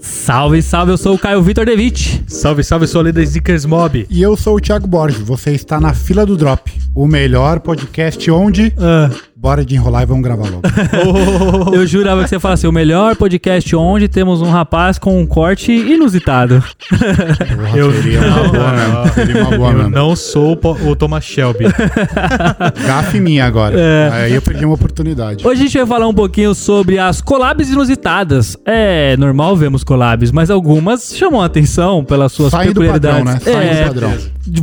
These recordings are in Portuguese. Salve, salve, eu sou o Caio Vitor Devitt. Salve, salve, sou a líder Zickers Mob. E eu sou o Thiago Borges, você está na fila do Drop, o melhor podcast onde. Bora de enrolar e vamos gravar logo. Ah, Eu jurava que você falasse assim, o melhor podcast onde temos um rapaz com um corte inusitado. Porra, Eu- seria uma Não, boa não. mesmo. Seria uma boa Eu mesmo. não sou o Po- o Thomas Shelby. Gafe minha agora. É. Aí eu perdi uma oportunidade. Hoje a gente vai falar um pouquinho sobre as collabs inusitadas. É normal vemos collabs, mas algumas chamam a atenção pelas suas Sai do peculiaridades. padrão, né? Sai é, do padrão.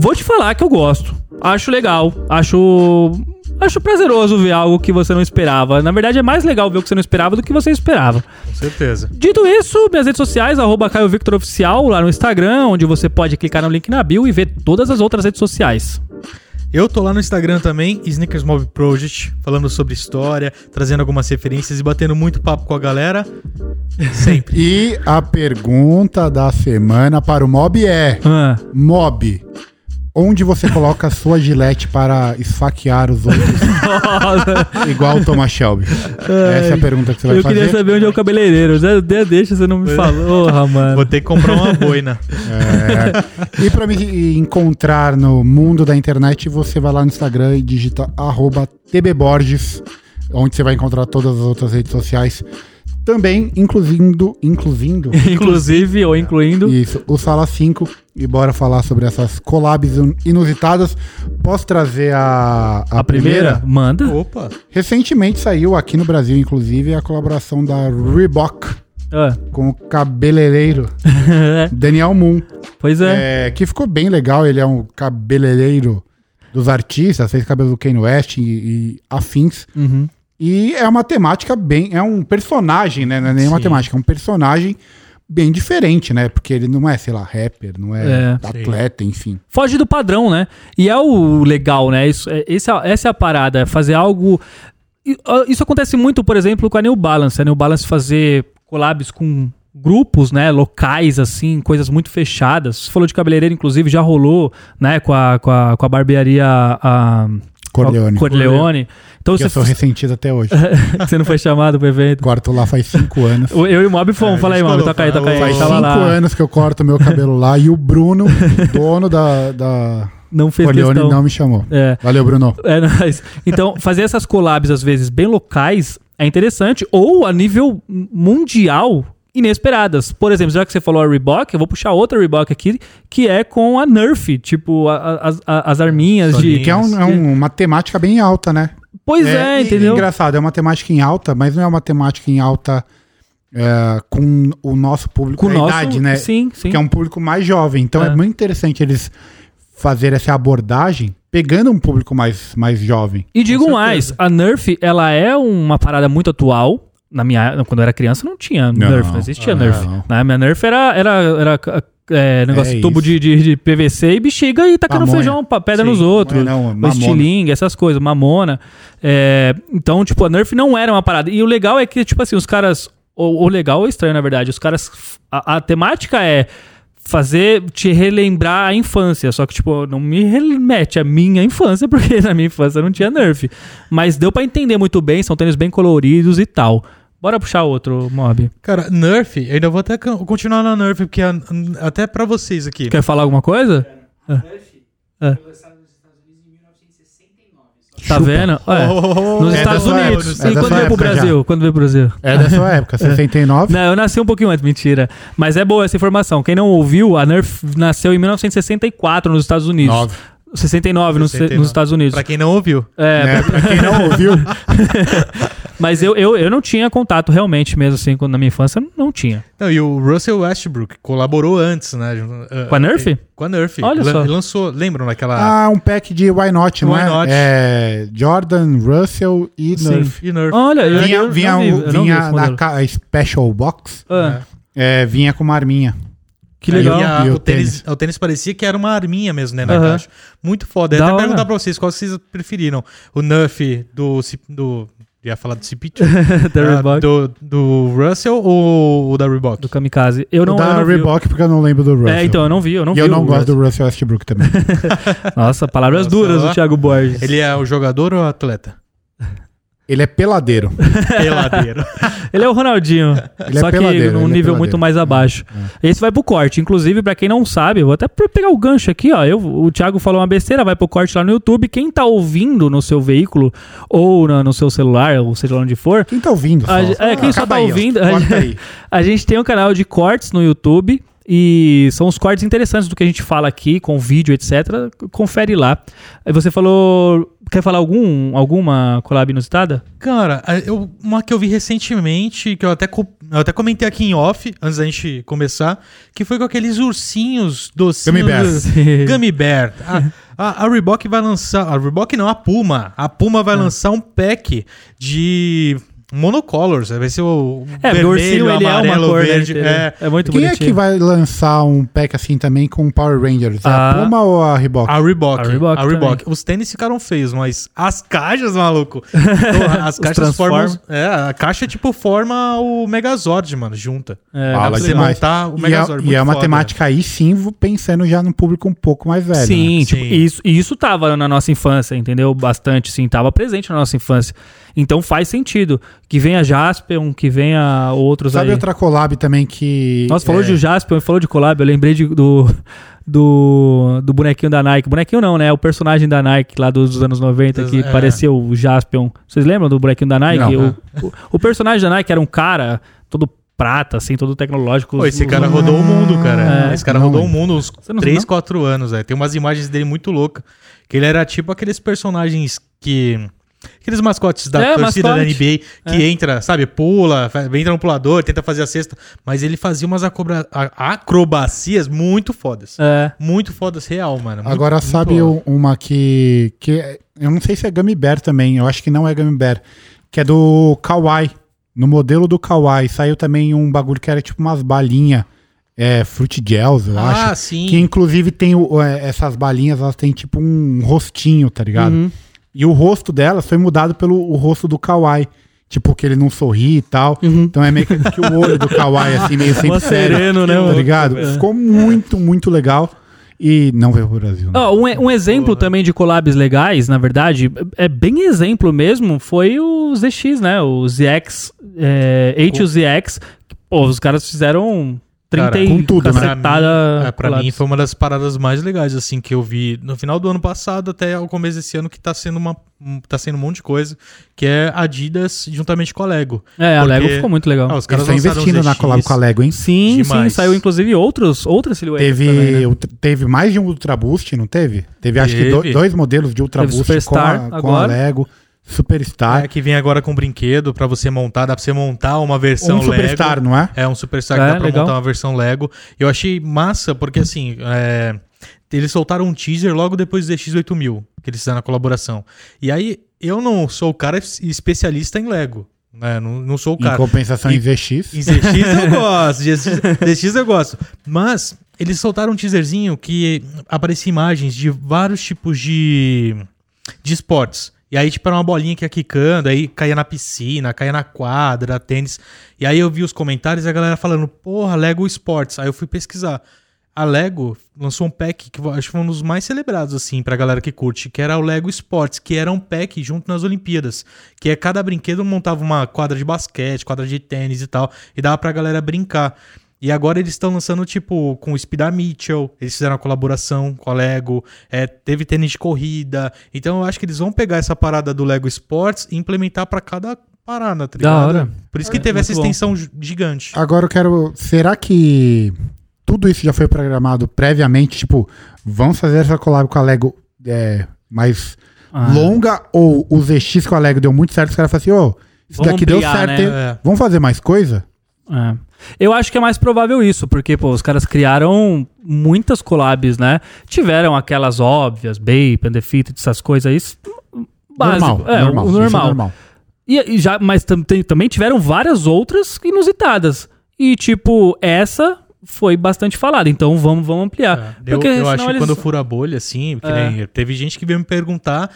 Vou te falar que eu gosto. Acho legal. Acho. Acho prazeroso ver algo que você não esperava. Na verdade, é mais legal ver o que você não esperava do que você esperava. Com certeza. Dito isso, minhas redes sociais, arroba Caio Victor Oficial, lá no Instagram, onde você pode clicar no link na bio e ver todas as outras redes sociais. Eu tô lá no Instagram também, Sneakers Mob Project, falando sobre história, trazendo algumas referências e batendo muito papo com a galera. Sempre. E a pergunta da semana para o Mob é: Ah, Mob, onde você coloca a sua gilete para esfaquear os outros, igual o Thomas Shelby? Essa é a pergunta que você vai eu fazer. queria saber onde é o cabeleireiro. Zé, de- deixa, você não me falou, oh, mano. Vou ter que comprar uma boina. É. E para me encontrar no mundo da internet, você vai lá no Instagram e digita arroba tbborges, onde você vai encontrar todas as outras redes sociais. Também, incluindo, incluindo Inclusive, ou incluindo. isso, o Sala 5. E bora falar sobre essas collabs in- inusitadas. Posso trazer a, a, A primeira? Manda. Opa! Recentemente saiu aqui no Brasil, inclusive, a colaboração da Reebok Ah, com o cabeleireiro Daniel Moon. É, pois é. É, que ficou bem legal. Ele é um cabeleireiro dos artistas, fez cabelo do Kanye West e, e afins. Uhum. E é uma temática bem. É um personagem, né? Não é nenhuma Sim. temática, é um personagem bem diferente, né? Porque ele não é, sei lá, rapper, não é, É. atleta, enfim. Foge do padrão, né? E é o legal, né? Isso, é, esse é- essa é a parada, é fazer algo. e, ó, Isso acontece muito, por exemplo, com a New Balance. A New Balance fazer collabs com grupos, né? Locais, assim, coisas muito fechadas. Você falou de cabeleireiro, inclusive, já rolou, né? Com a, com a, com a barbearia a, Corleone. Corleone. Então Que eu você, sou ressentido até hoje. você não foi chamado pro evento. Corto lá faz cinco anos. O- Eu e o Mob fomos. É, Fala aí, a gente Mob. falou, Toca aí, toca aí. Faz Eu cinco Tava lá. anos que eu corto meu cabelo lá e o Bruno, dono da, da Não fez Corleone, questão. não me chamou. É. Valeu, Bruno. É nóis. Então, fazer essas collabs, às vezes, bem locais é interessante, ou a nível mundial, inesperadas. Por exemplo, já que você falou a Reebok, eu vou puxar outra Reebok aqui, que é com a Nerf, tipo, a- a- as- a- as arminhas de... Solinha. Que é, um- é um- uma temática bem alta, né? Pois é, e- entendeu? Engraçado, é uma temática em alta, mas não é uma temática em alta é, com o nosso público Com o da nosso... idade, né? Sim, sim. Que é um público mais jovem. Então é, É. muito interessante eles fazerem essa abordagem pegando um público mais, mais jovem. E digo Com mais, a Nerf, ela é uma parada muito atual. Na minha, quando eu era criança, não tinha Não. Nerf, não existia Ah, Nerf. não. Na minha Nerf era, era, era é, negócio É de tubo isso. de, de, de PVC e bexiga e tacando Pamonha. feijão, pa- pedra Sim, nos outros. não é não, é o mamona. estilingue, essas coisas, mamona. É, então, tipo, a Nerf não era uma parada. E o legal é que, tipo assim, os caras. O, o legal ou estranho, na verdade. Os caras. A, a temática é fazer te relembrar a infância. Só que, tipo, não me remete à minha infância, porque na minha infância não tinha Nerf. Mas deu pra entender muito bem, são tênis bem coloridos e tal. Bora puxar outro, Mob. Cara, Nerf, eu ainda vou até can- continuar na Nerf, porque a- até pra vocês aqui. Quer falar alguma coisa? É. Tá vendo? É. Nos É Estados dessa Unidos. época, é e quando veio dessa pro época já. Brasil? Quando veio pro Brasil? É da sua época, 69. Não, eu nasci um pouquinho antes, mentira. Mas é boa essa informação. Quem não ouviu, a Nerf nasceu em 1964 nos Estados Unidos. Nove. 69, nos- 69. nos Estados Unidos. Pra quem não ouviu. É, É, pra quem não ouviu, mas eu, eu, eu não tinha contato realmente mesmo, assim, quando, na minha infância, não tinha. Não, e o Russell Westbrook colaborou antes, né? Com a Nerf? Eh, Com a Nerf. Olha Lan- só. Lançou, lembram naquela... ah, um pack de Why Not, não Why é? Not. É, Jordan, Russell e Sim. Nerf. E Nerf. Olha, eu, Vinha, eu vinha, não vi, um- eu não vi vinha esse na modelo. ca- Special Box, Ah, é, vinha com uma arminha. Que Aí legal. eu ia- E o o, tênis, o tênis parecia que era uma arminha mesmo, né? Na Aham. caixa. Muito foda. Eu Da ia até hora. perguntar pra vocês qual vocês preferiram. O Nerf do. Cip- do eu ia falar do Cipit. da Reebok, do, ah, do, do Russell ou o da Reebok? Kamikaze. Eu não, da eu não vi. Reebok, porque eu não lembro do Russell. É, então, eu não vi, eu não e vi. eu o não gosto Russell. do Russell Westbrook também. Nossa, palavras Nossa, duras do ó. Thiago Borges. Ele é o jogador ou o atleta? Ele é peladeiro. Peladeiro. Ele é o Ronaldinho. Ele é só que peladeiro, num nível ele é peladeiro. É, muito mais abaixo. Esse vai pro corte. Inclusive, pra quem não sabe, vou até pro- pegar o gancho aqui, ó. Eu, o Thiago falou uma besteira, vai pro corte lá no YouTube. Quem tá ouvindo no seu veículo ou na- no seu celular, ou seja lá onde for, Quem tá ouvindo? a fala. ge- é, quem só acaba tá aí, ó. ouvindo, Corta aí. a gente tem um canal de cortes no YouTube e são os cortes interessantes do que a gente fala aqui, com vídeo, etc. Confere lá. Aí Você falou. Quer falar algum, alguma collab inusitada? Cara, a- eu- uma que eu vi recentemente, que eu até, co- eu até comentei aqui em off, antes da gente começar, que foi com aqueles ursinhos docinhos. Gummy bears. do- Gummy Bear. A, a, a Reebok vai lançar... A Reebok não, a Puma. A Puma vai lançar um pack de monocolors. Vai ser o É, porque o ursinho ele é uma cor, né, verde. inteira. é. é, muito Quem é bonitinho. que vai lançar um pack assim também com Power Rangers? É Ah. a Puma ou a Reebok? A Reebok. A A Reebok Reebok. também. Os tênis ficaram feios, mas as caixas, maluco. Então, as Os caixas formam. transforma. É, a caixa tipo forma o Megazord, mano, junta. É, Dá pra Fala você demais. montar o E é, e Megazord. é muito uma foda. temática aí sim, vou pensando já no público um pouco mais velho. Sim, né? tipo, Sim. Isso, e isso tava na nossa infância, entendeu? Bastante, sim, tava presente na nossa infância. Então faz sentido que venha Jaspion, que venha outros Sabe aí. outra collab também que. Nossa, falou é, de Jaspion, falou de collab, eu lembrei de- do, do, do bonequinho da Nike. Bonequinho não, né? O personagem da Nike lá dos anos 90 que É. parecia o Jaspion. Vocês lembram do bonequinho da Nike? Não. O, o, o personagem da Nike era um cara todo prata, assim, todo tecnológico. Pô, esse Os- cara rodou o mundo, cara. É. esse cara Não, rodou o é. mundo uns não- 3, não? 4 anos, velho. Tem umas imagens dele muito loucas. Que ele era tipo aqueles personagens que. Aqueles mascotes da É, torcida da mascote. NBA É. que entra, sabe, pula, fa- entra no pulador, tenta fazer a cesta. Mas ele fazia umas acobra- a- acrobacias muito fodas. É. Muito fodas real, mano. Muito- tá Agora, muito sabe foda. um- uma que, que. é- Eu não sei se é Gummy Bear também, eu acho que não é Gummy Bear. Que é do Kawaii. No modelo do Kawaii saiu também um bagulho que era tipo umas balinhas. É, Fruit Gels, eu acho. Ah, sim. Que inclusive tem o- é, essas balinhas, elas têm tipo um rostinho, tá ligado? Uhum. E o rosto delas foi mudado pelo o rosto do Kawaii. Tipo, que ele não sorri e tal. uhum. Então é meio que, que o olho do Kawaii, assim, meio sempre Mó sério. sereno, né, Tá mano? ligado? É. Ficou muito, muito legal. E não veio pro Brasil. né? Ó, um, e- um exemplo também de collabs legais, na verdade, é bem exemplo mesmo, foi o ZX, né? O ZX, é, H o ZX. que, Pô, os caras fizeram 30 Cara, e com tudo, né? cacetada É, pra mim collabs. foi uma das paradas mais legais, assim, que eu vi no final do ano passado até o começo desse ano, que tá sendo uma. um- tá sendo um monte de coisa, que é Adidas juntamente com a Lego. É, a um porque- Lego ficou muito legal. Ah, os Então, Eles caras estão lançaram investindo os na ZX. collab com a Lego, hein? Sim, sim, demais. saiu inclusive outros, outras silhuetas. Teve, também, né? ultra- teve mais de um Ultra Boost, não teve? Teve acho que do- Teve. dois modelos de Ultra Teve Boost com Superstar a, com a agora. Lego. É, Superstar. que vem agora com um brinquedo pra você montar, dá pra você montar uma versão um Superstar, Lego. não é? É, um Superstar É, que dá pra legal. montar uma versão Lego. Eu achei massa, porque assim, é, eles soltaram um teaser logo depois do DX8000, que eles fizeram na colaboração. E aí, eu não sou o cara es- especialista em Lego, né? Não, não sou o Em cara. compensação em e- ZX. Em ZX eu gosto, ZX, ZX eu gosto. Mas eles soltaram um teaserzinho que aparecia imagens de vários tipos de, de esportes. E aí, tipo, era uma bolinha que ia quicando, aí caía na piscina, caía na quadra, tênis. E aí eu vi os comentários e a galera falando, porra, Lego Sports. Aí eu fui pesquisar. A Lego lançou um pack que eu acho que foi um dos mais celebrados, assim, pra galera que curte, que era o Lego Sports, que era um pack junto nas Olimpíadas. Que é cada brinquedo montava uma quadra de basquete, quadra de tênis e tal, e dava pra galera brincar. E agora eles estão lançando, tipo, com o Speeda Mitchell, eles fizeram a colaboração com a Lego, é, teve tênis de corrida. Então eu acho que eles vão pegar essa parada do Lego Sports e implementar pra cada parada, Da tá ligado? hora. É, Por isso que teve essa muito bom. extensão gi- gigante. Agora eu quero. Será que tudo isso já foi programado previamente? Tipo, vamos fazer essa collab com a Lego é, mais Ah. longa ou o ZX com a Lego deu muito certo? Os caras falam assim, ô, isso Vamos daqui deu ampliar, certo, né? hein? É. Vamos fazer mais coisa? É. Eu acho que é mais provável isso, porque pô, os caras criaram muitas collabs, né? Tiveram aquelas óbvias, Bape, Undefeated, essas coisas aí. isso, Básico. é, o isso é normal. E, e já, mas tam- tem- também tiveram várias outras inusitadas. E, tipo, essa foi bastante falada. Então vamos, vamos ampliar. É, Eu, Porque eu senão acho que eles- quando fura a bolha, assim, que É. nem- teve gente que veio me perguntar.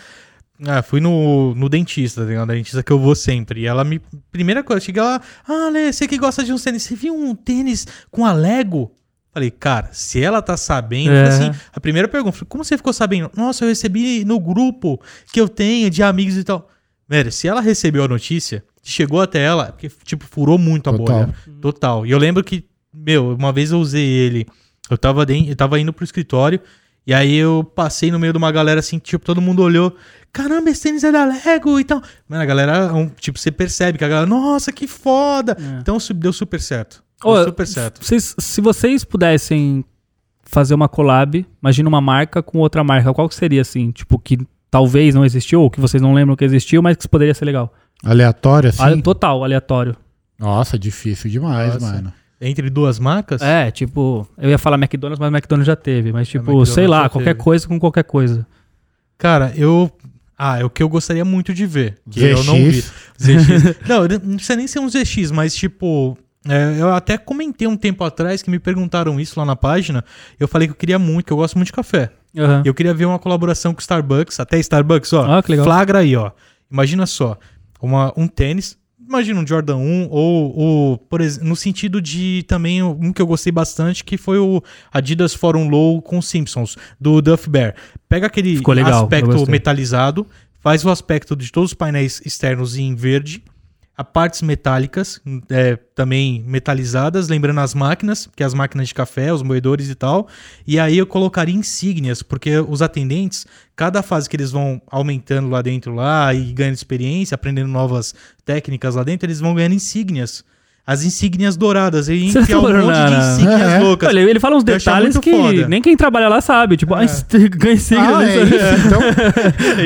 Ah, fui no, no dentista, tá ligado? Na dentista que eu vou sempre. E ela me. Primeira coisa, chega lá. Ah, Lê, você que gosta de um tênis, você viu um tênis com a Lego? Falei, cara, se ela tá sabendo, É. assim, a primeira pergunta, falei, como você ficou sabendo? Nossa, eu recebi no grupo que eu tenho de amigos e tal. Velho, se ela recebeu a notícia, chegou até ela, é porque, tipo, furou muito a Total. bolha. Uhum. Total. E eu lembro que, meu, uma vez eu usei ele. Eu tava, den- eu tava indo pro escritório, e aí eu passei no meio de uma galera assim, tipo, todo mundo olhou. Caramba, esse tênis é da Lego e tal. Mano, a galera, é um- tipo, você percebe que a galera, nossa, que foda. Então su- deu super certo. Deu É. Ô, super certo. Vocês- se vocês pudessem fazer uma collab, imagina uma marca com outra marca, qual que seria assim? Tipo, que talvez não existiu, ou que vocês não lembram que existiu, mas que poderia ser legal. Aleatório, assim? Ale- Total, aleatório. Nossa, difícil demais, Nossa. mano. Entre duas marcas? É, tipo, eu ia falar McDonald's, mas McDonald's já teve. Mas, tipo, McDonald's sei já lá, qualquer teve. coisa com qualquer coisa. Cara, eu. Ah, é o que eu gostaria muito de ver. Que ZX. eu não vi. ZX. não, não precisa nem ser um ZX, mas tipo. é, eu até comentei um tempo atrás que me perguntaram isso lá na página. Eu falei que eu queria muito, que eu gosto muito de café. Aham. Eu queria ver uma colaboração com o Starbucks, até Starbucks, ó. Ah, que legal. Flagra aí, ó. Imagina só, uma, um tênis. Imagina um Jordan 1 ou, ou por exemplo, no sentido de também um que eu gostei bastante, que foi o Adidas Forum Low com Simpsons, do Duff Bear. Pega aquele Ficou legal, eu aspecto gostei. metalizado, faz o aspecto de todos os painéis externos em verde, a partes metálicas, é, também metalizadas, lembrando as máquinas, que é as máquinas de café, os moedores e tal. E aí eu colocaria insígnias, porque os atendentes, cada fase que eles vão aumentando lá dentro lá e ganhando experiência, aprendendo novas técnicas lá dentro, eles vão ganhando insígnias. As insígnias douradas, e Você enfiar um tá monte morando, de insígnias é. loucas. Olha, ele fala uns Eu achei detalhes muito que foda. nem quem trabalha lá sabe. Tipo, ah, ganha sigla, ah, né? é isso, então.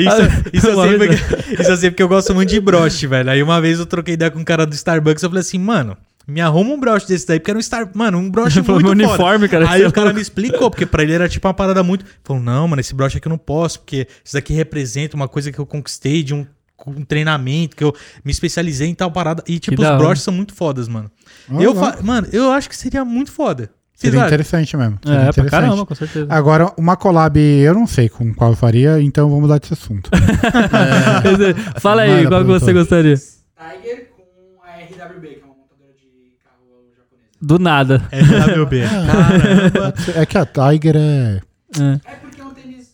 Isso, é- isso, eu Ah, Uma sei vez- porque, isso eu sei porque eu gosto muito de broche, velho. Aí uma vez eu troquei ideia com um cara do Starbucks, eu falei assim, mano, me arruma um broche desse daí, porque era um Star... Mano, um broche Ele falou, muito "Meu foda." Tipo, uniforme, cara, Aí você o cara é me explicou, porque pra ele era tipo uma parada muito... Falou, não, mano, esse broche aqui eu não posso, porque isso daqui representa uma coisa que eu conquistei de um, um treinamento, que eu me especializei em tal parada. E tipo, Que os da hora. broches são muito fodas, mano. Ah, eu não. fa- Mano, eu acho que seria muito foda. Vocês Seria acham? interessante mesmo. seria É, pra Hum, interessante. Ah, caramba, com certeza. Agora, uma collab, eu não sei com qual eu faria, então vamos mudar desse assunto. Fala aí, Manda, qual que você produtor. gostaria? Tiger com a RWB, que é uma montadora de carro japonesa. Do nada. É, WB. Caramba. é que a Tiger é. É. É porque é um tênis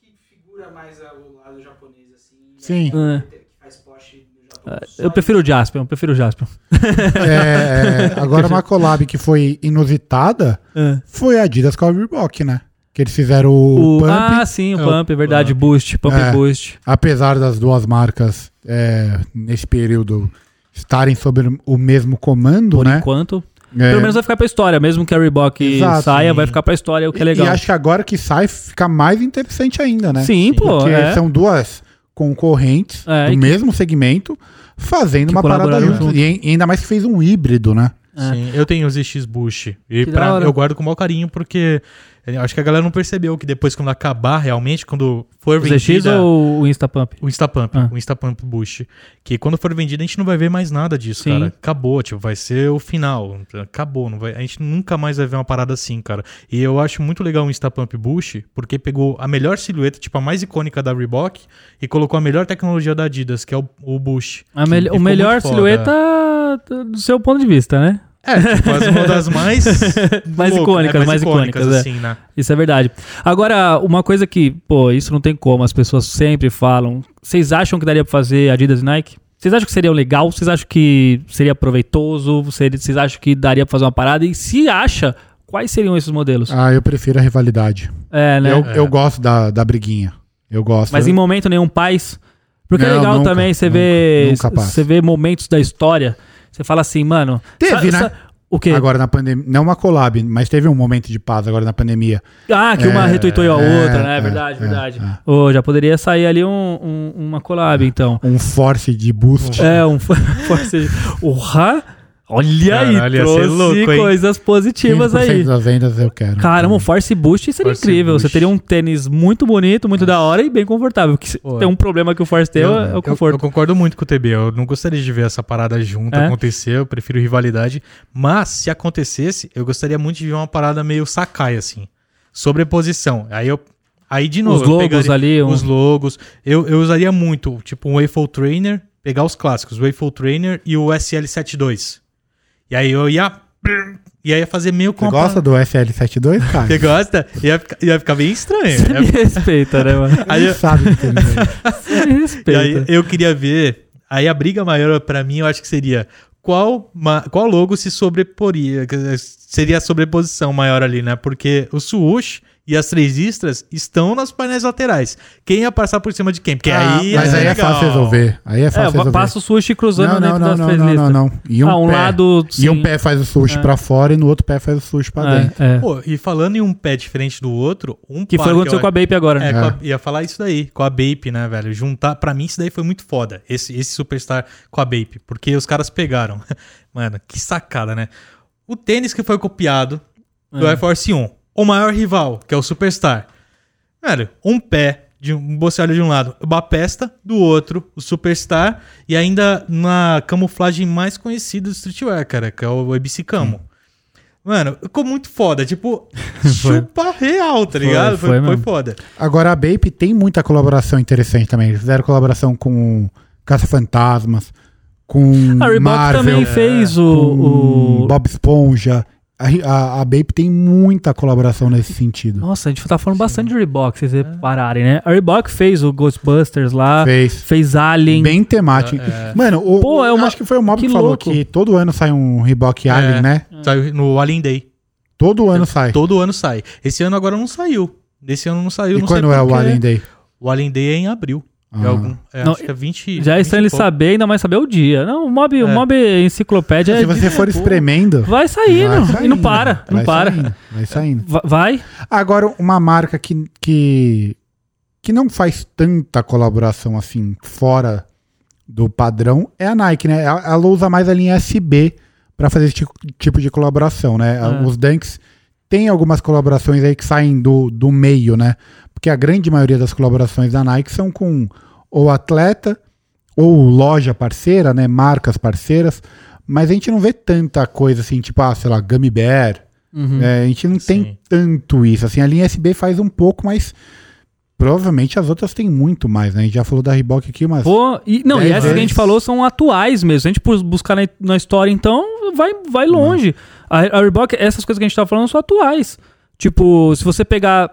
que figura mais ao lado japonês, assim. Sim. É, né? Que faz poste no Japão. Só Eu prefiro o Jasper, eu prefiro o Jasper. é, é, Agora, uma collab que foi inusitada É. foi a Adidas com a Reebok, né? Que eles fizeram o, O- Pump, ah, sim, o É, o Pump, verdade, Boost, Pump É. e Boost. apesar das duas marcas é, nesse período estarem sob o mesmo comando, Por né? enquanto. É, Pelo menos vai ficar pra história, mesmo que a Reebok Exato, saia, sim. vai ficar pra história, o que é legal. E acho que agora que sai fica mais interessante ainda, né? Sim, pô. Porque é. são duas concorrentes É, e do que- mesmo segmento fazendo que uma parada colaboraram junto. E ai- ainda mais que fez um híbrido, né? É. Sim, eu tenho os ZX Bush. E Que pra- da hora. eu guardo com o maior carinho, porque eh, eu acho que a galera não percebeu que depois, quando acabar realmente, quando for O ZX vendida. ou o Instapump? O Instapump, Ah. o Instapump Bush. Que quando for vendido, a gente não vai ver mais nada disso, Sim. cara. Acabou, tipo, vai ser o final. Acabou, não vai, a gente nunca mais vai ver uma parada assim, cara. E eu acho muito legal o Instapump Bush, porque pegou a melhor silhueta, tipo, a mais icônica da Reebok, e colocou a melhor tecnologia da Adidas, que é o, o Bush. A mel- Ficou o melhor muito foda. silhueta do- do seu ponto de vista, né? É, tipo, as- uma das mais... Mais loucas, icônicas, mais icônicas, é. assim, né? Isso é verdade. Agora, uma coisa que, pô, isso não tem como, as pessoas sempre falam. Vocês acham que daria pra fazer Adidas e Nike? Vocês acham que seria legal? Vocês acham que seria proveitoso? Vocês vocês acham que daria pra fazer uma parada? E se acha, quais seriam esses modelos? Ah, eu prefiro a rivalidade. é, né? Eu, eu gosto da, da briguinha. Eu gosto. Mas em momento nenhum pais. Porque é Não, legal nunca, também você nunca, ver. nunca passa. Você vê momentos da história. Você fala assim, mano. Teve, sa- né? sa- O quê? Agora na pandemia. Não uma collab, mas teve um momento de paz agora na pandemia. Ah, que uma É, retuitou a outra, né? é, verdade, é, verdade. é. Ô, já poderia sair ali um- um- uma collab, então. Um force de boost. É, um force. Urra! Olha Caralho, aí, ia ser trouxe louco, hein? coisas positivas 15% aí. das vendas eu quero. Caramba, um Force Boost seria Force incrível. Você Boost. teria um tênis muito bonito, muito da hora e bem confortável. Que se- Pô, tem um problema que o Force tem é o- é Eu- o conforto. Eu, concordo muito com o TB. Eu não gostaria de ver essa parada junto É? acontecer. Eu prefiro rivalidade. Mas, se acontecesse, eu gostaria muito de ver uma parada meio Sakai, assim. Sobreposição. Aí eu. Aí de novo. Os eu logos pegaria ali, um- Os logos. Eu, eu usaria muito, tipo, um Waffle Trainer. Pegar os clássicos, o Waffle Trainer e o SL72. E aí eu ia. E aí ia fazer meio com Você uma gosta do FL72, cara? Você gosta? Ia ficar, ia ficar bem estranho. Você É. Ia me respeita, né, mano? Aí Ele eu- sabe que tem. Você me E respeita. É, aí, eu queria ver Aí a briga maior pra mim, eu acho que seria qual, ma- qual logo se sobreporia, quer dizer, seria a sobreposição maior ali, né? Porque o swoosh e as três listras estão nos painéis laterais. Quem ia passar por cima de quem? Porque Ah, aí Mas ser aí é legal. fácil resolver. Aí é É, fácil resolver. passa o sushi cruzando não, não, dentro não, das não, três não, listas. não, não. E um, ah, um pé, lado. e um sim. pé faz o sushi É. pra fora e no outro pé faz o sushi pra dentro. É, é. Pô, e falando em um pé diferente do outro, um Que foi o que aconteceu com a Bape agora, né? É, com a- ia falar isso daí, com a Bape, né, velho? Juntar, pra mim isso daí foi muito foda, esse, esse Superstar com a Bape, porque os caras pegaram. Mano, que sacada, né? O tênis que foi copiado É. do Air Force 1, o maior rival, que é o Superstar. Velho, um pé, de um um bocealho de um lado, uma pesta do outro, o Superstar, e ainda na camuflagem mais conhecida do streetwear, cara, que é o ABC Camo. Mano, ficou muito foda. Tipo, chupa real, tá ligado? foi Foi, foi mesmo. foda. Agora a Bape tem muita colaboração interessante também. Eles fizeram colaboração com Caça-Fantasmas, com A Reebok Marvel, É. também fez com o. o... Bob Esponja. A, a, a Bape tem muita colaboração nesse sentido. Nossa, a gente tá falando bastante de Reebok, se vocês repararem, né? A Reebok fez o Ghostbusters lá, É. fez. fez Alien. Bem temático. Mano, o, Pô, é uma- acho que foi o Mob que, que falou louco. que todo ano sai um Reebok Alien, É. né? Saiu no Alien Day. Todo É. ano sai. Todo ano sai. Esse ano agora não saiu. Desse ano não saiu. E não quando sei é por o quê. Alien Day? O Alien Day é em abril. É Ah. algum, é, Não, acho que é Já 20. 20 é e estranho ele pouco. saber, ainda mais saber o dia. Não, o Mob, o É. mob Enciclopédia Se é você for espremendo. Vai saindo. vai saindo, E não para. Não vai para. saindo, vai saindo. Va- Vai. Agora, uma marca que, que, que não faz tanta colaboração assim, fora do padrão, é a Nike, né? Ela, ela usa mais a linha SB para fazer esse tipo- tipo de colaboração, né? A- Ah. Os Dunks tem algumas colaborações aí que saem do, do meio, né? Porque a grande maioria das colaborações da Nike são com ou atleta ou loja parceira, né? Marcas parceiras. Mas a gente não vê tanta coisa assim, tipo, ah, sei lá, Gummy Bear, Uhum. é, a gente não tem Sim. tanto isso. Assim, a linha SB faz um pouco, mas provavelmente as outras têm muito mais, né? A gente já falou da Reebok aqui, mas. Pô, e, não, e Dez essas que a gente vezes. falou são atuais mesmo. Se a gente pus- buscar na, na história, então, vai, vai longe. A, a Reebok, essas coisas que a gente tá falando são atuais. Tipo, se você pegar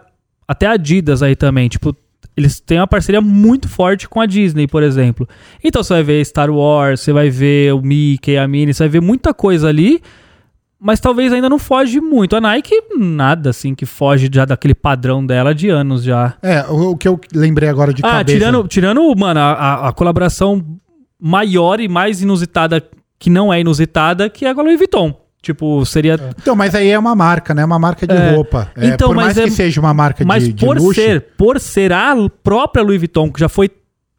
até a Adidas aí também, tipo, eles têm uma parceria muito forte com a Disney, por exemplo. Então você vai ver Star Wars, você vai ver o Mickey, a Minnie, você vai ver muita coisa ali, mas talvez ainda não foge muito. A Nike, nada assim que foge já daquele padrão dela de anos já. É, o, o que eu lembrei agora de Ah, cabeça. tirando, tirando, mano, a- a, a colaboração maior e mais inusitada, que não é inusitada, que é com a Louis Vuitton. Tipo, seria. Então, mas aí é uma marca, né? Uma marca de É. roupa. É, Então, por mas mais é- que seja uma marca mas de, de por luxo, ser, por ser a própria Louis Vuitton, que já foi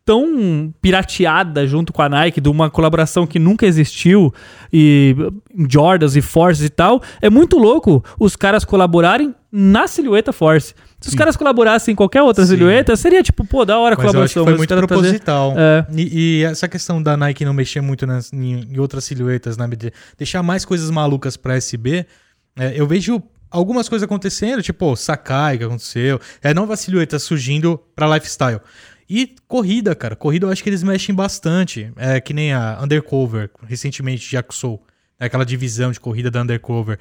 tão pirateada junto com a Nike, de uma colaboração que nunca existiu, e eh, Jordans e Forces e tal, é muito louco os caras colaborarem na silhueta Force. Se os caras colaborassem em qualquer outra Sim. silhueta, seria tipo, pô, da hora a Mas eu acho que colaboração. mas foi os muito caras trazer- proposital. É. E, e essa questão da Nike não mexer muito nas, em, em outras silhuetas, né? de deixar mais coisas malucas pra SB, é, eu vejo algumas coisas acontecendo, tipo o Sakai que aconteceu, é nova silhueta surgindo pra lifestyle. E corrida, cara. Corrida eu acho que eles mexem bastante. É que nem a Undercover, recentemente, de Axol. né, Aquela divisão de corrida da Undercover.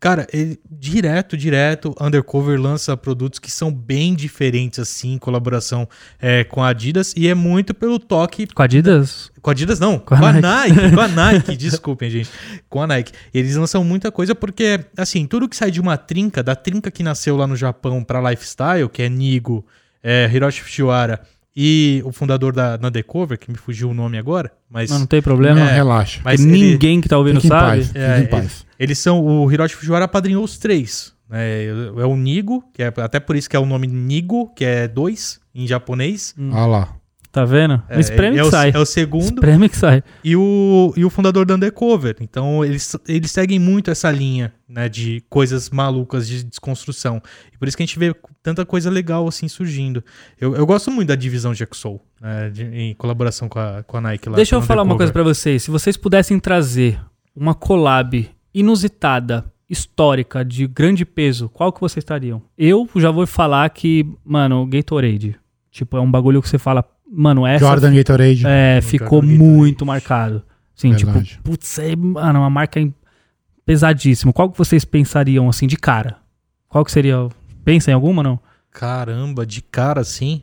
Cara, ele- direto, direto, Undercover lança produtos que são bem diferentes, assim, em colaboração é, com a Adidas. E é muito pelo toque Com a Adidas? com a Adidas não, Com com a a, Nike. com a Nike, desculpem, gente. Com a Nike. Eles lançam muita coisa porque, assim, tudo que sai de uma trinca, da trinca que nasceu lá no Japão pra lifestyle, que é Nigo, é, Hiroshi Fujiwara e o fundador da na Undercover, que me fugiu o nome agora, mas, Não, não tem problema. Não, né, relaxa. mas Que ele- ninguém que é. tá ouvindo Fique em sabe. paz. fique É, em paz. eles são. O Hiroshi Fujiwara apadrinhou os três. né? é o Nigo, que é até por isso que é o nome Nigo, que é dois em japonês. Olha lá. Tá vendo? É, espreme é que o, sai. é o segundo. Espreme que sai. e o, e o fundador da Undercover. Então, eles, eles seguem muito essa linha, né, de coisas malucas de desconstrução. E por isso que a gente vê tanta coisa legal, assim, surgindo. Eu, eu gosto muito da divisão Jack Soul, né, de- em colaboração com a, com a Nike lá. Deixa eu com a falar uma coisa Undercover. pra vocês. Se vocês pudessem trazer uma collab inusitada, histórica, de grande peso, qual que vocês estariam? Eu já vou falar que, mano, Gatorade. Tipo, é um bagulho que você fala, mano, essa Jordan Gatorade. é, ficou Gatorade. muito marcado. Sim, Verdade. tipo, putz, é mano, uma marca em- pesadíssima. Qual que vocês pensariam, assim, de cara? Qual que seria? Pensa em alguma, não? Caramba, de cara, assim...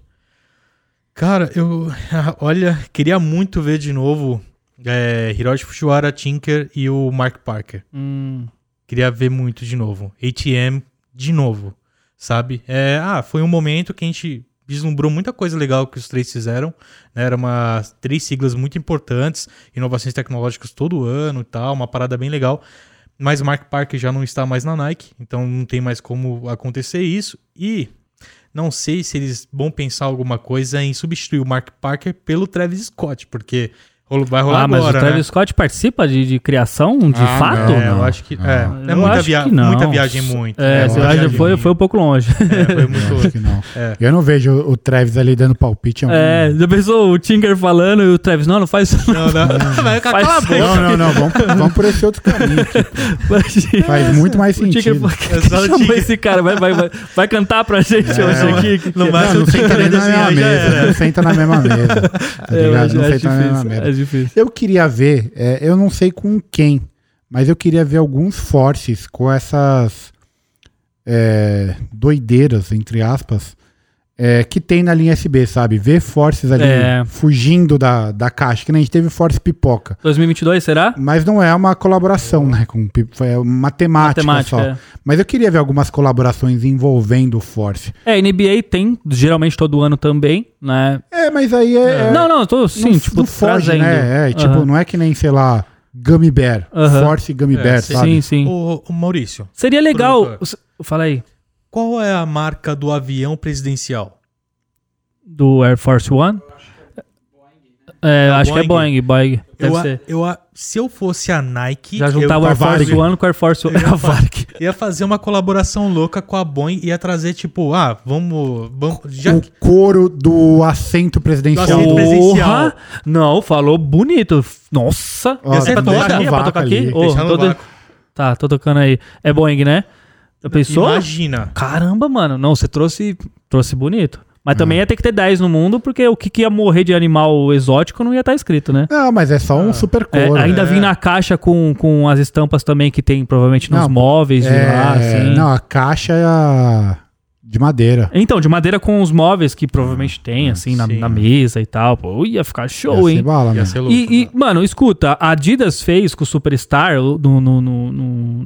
Cara, eu. Olha, queria muito ver de novo é, Hiroshi Fujiwara, Tinker e o Mark Parker. Hum, Queria ver muito de novo. ATM de novo, sabe? É, ah, foi um momento que a gente vislumbrou muita coisa legal que os três fizeram. Né? Era uma três siglas muito importantes, inovações tecnológicas todo ano e tal, uma parada bem legal. Mas o Mark Parker já não está mais na Nike, então não tem mais como acontecer isso. E não sei se eles vão pensar alguma coisa em substituir o Mark Parker pelo Travis Scott, porque rolo- vai rolar Ah, mas agora, o né? Travis Scott participa de, de criação, de Ah, fato? É, eu Não. acho que. É, Ah. é Eu muita, acho via que não. muita viagem, muito. né? É, muita você eu acho já viagem foi, muito. foi um pouco longe. É, foi Eu acho muito. que não. É. Eu não vejo o Travis ali dando palpite. um- É, já pensou o Tinker falando e o Travis, não, não faz isso. Não, não. Vai ficar Faz cala a sentido. boca. Não, não, não. Vamos, vamos por esse outro caminho. tipo, não. faz muito mais O Tinker sentido. É só o chamou Tinker. esse cara, vai, vai, vai, vai cantar pra gente É, hoje aqui. Não vai Não, ser não o senta nem Tinker na mesma desse aí, já mesa. Não era. senta na mesma mesa. É, Tá ligado? mas Não é senta na mesma difícil, mesa. é difícil. Eu queria ver, é, eu não sei com quem, mas eu queria ver alguns forces com essas é, doideiras, entre aspas, é, que tem na linha SB, sabe? Ver forces ali É. fugindo da, da caixa, que nem a gente teve force pipoca. 2022, será? Mas não é uma colaboração, né? Com, pip- é uma temática, Matemática. é. só. Mas eu queria ver algumas colaborações envolvendo o Force. É, NBA tem, geralmente todo ano também, né? É, mas aí é. é- não, não, eu tô sim, tipo, não foge, trazendo. Ah, né? É, tipo, Aham. não é que nem, sei lá, Gummy Bear. Aham. Force Gummy É, Bear, sim. sabe? Sim, sim. Ô, ô, Maurício, Seria legal. Produtor. Fala aí. qual é a marca do avião presidencial? Do Air Force One? É, acho que é Boeing, Boeing. Boeing. Deve Eu, a- ser. eu, a- se eu fosse a Nike, Já eu juntava o Air Force fazer- One com o Air Force One. A Varg. ia fazer uma colaboração louca com a Boeing e ia trazer tipo, ah, vamos, vamos, já O couro do assento presidencial. Do assento presidencial. presencial. Porra! Não, falou bonito. Nossa! Ó, É pra tem tocar aqui? muita É pra vaca tocar aqui? ali. Ô, Deixar no tô de- vácuo. Tá, tô tocando aí. É Boeing, né? Já pensou? imagina. Caramba, mano. Não, você trouxe, trouxe bonito. Mas também ia ter que ter 10 no mundo, porque o que, que ia morrer de animal exótico não ia estar escrito, né? Não, mas é só um super É, couro. ainda vim na caixa com, com as estampas também que tem provavelmente nos Não, móveis de É, lá, assim. Não, a caixa é a- de madeira. Ah, Então, de madeira com os móveis que provavelmente tem, assim, na, sim. na mesa e tal. Pô, ia ficar Ia show, ser hein? bala, Ia mano. ser louco. E, e, né? mano, escuta, a Adidas fez com o Superstar no, no, no, no,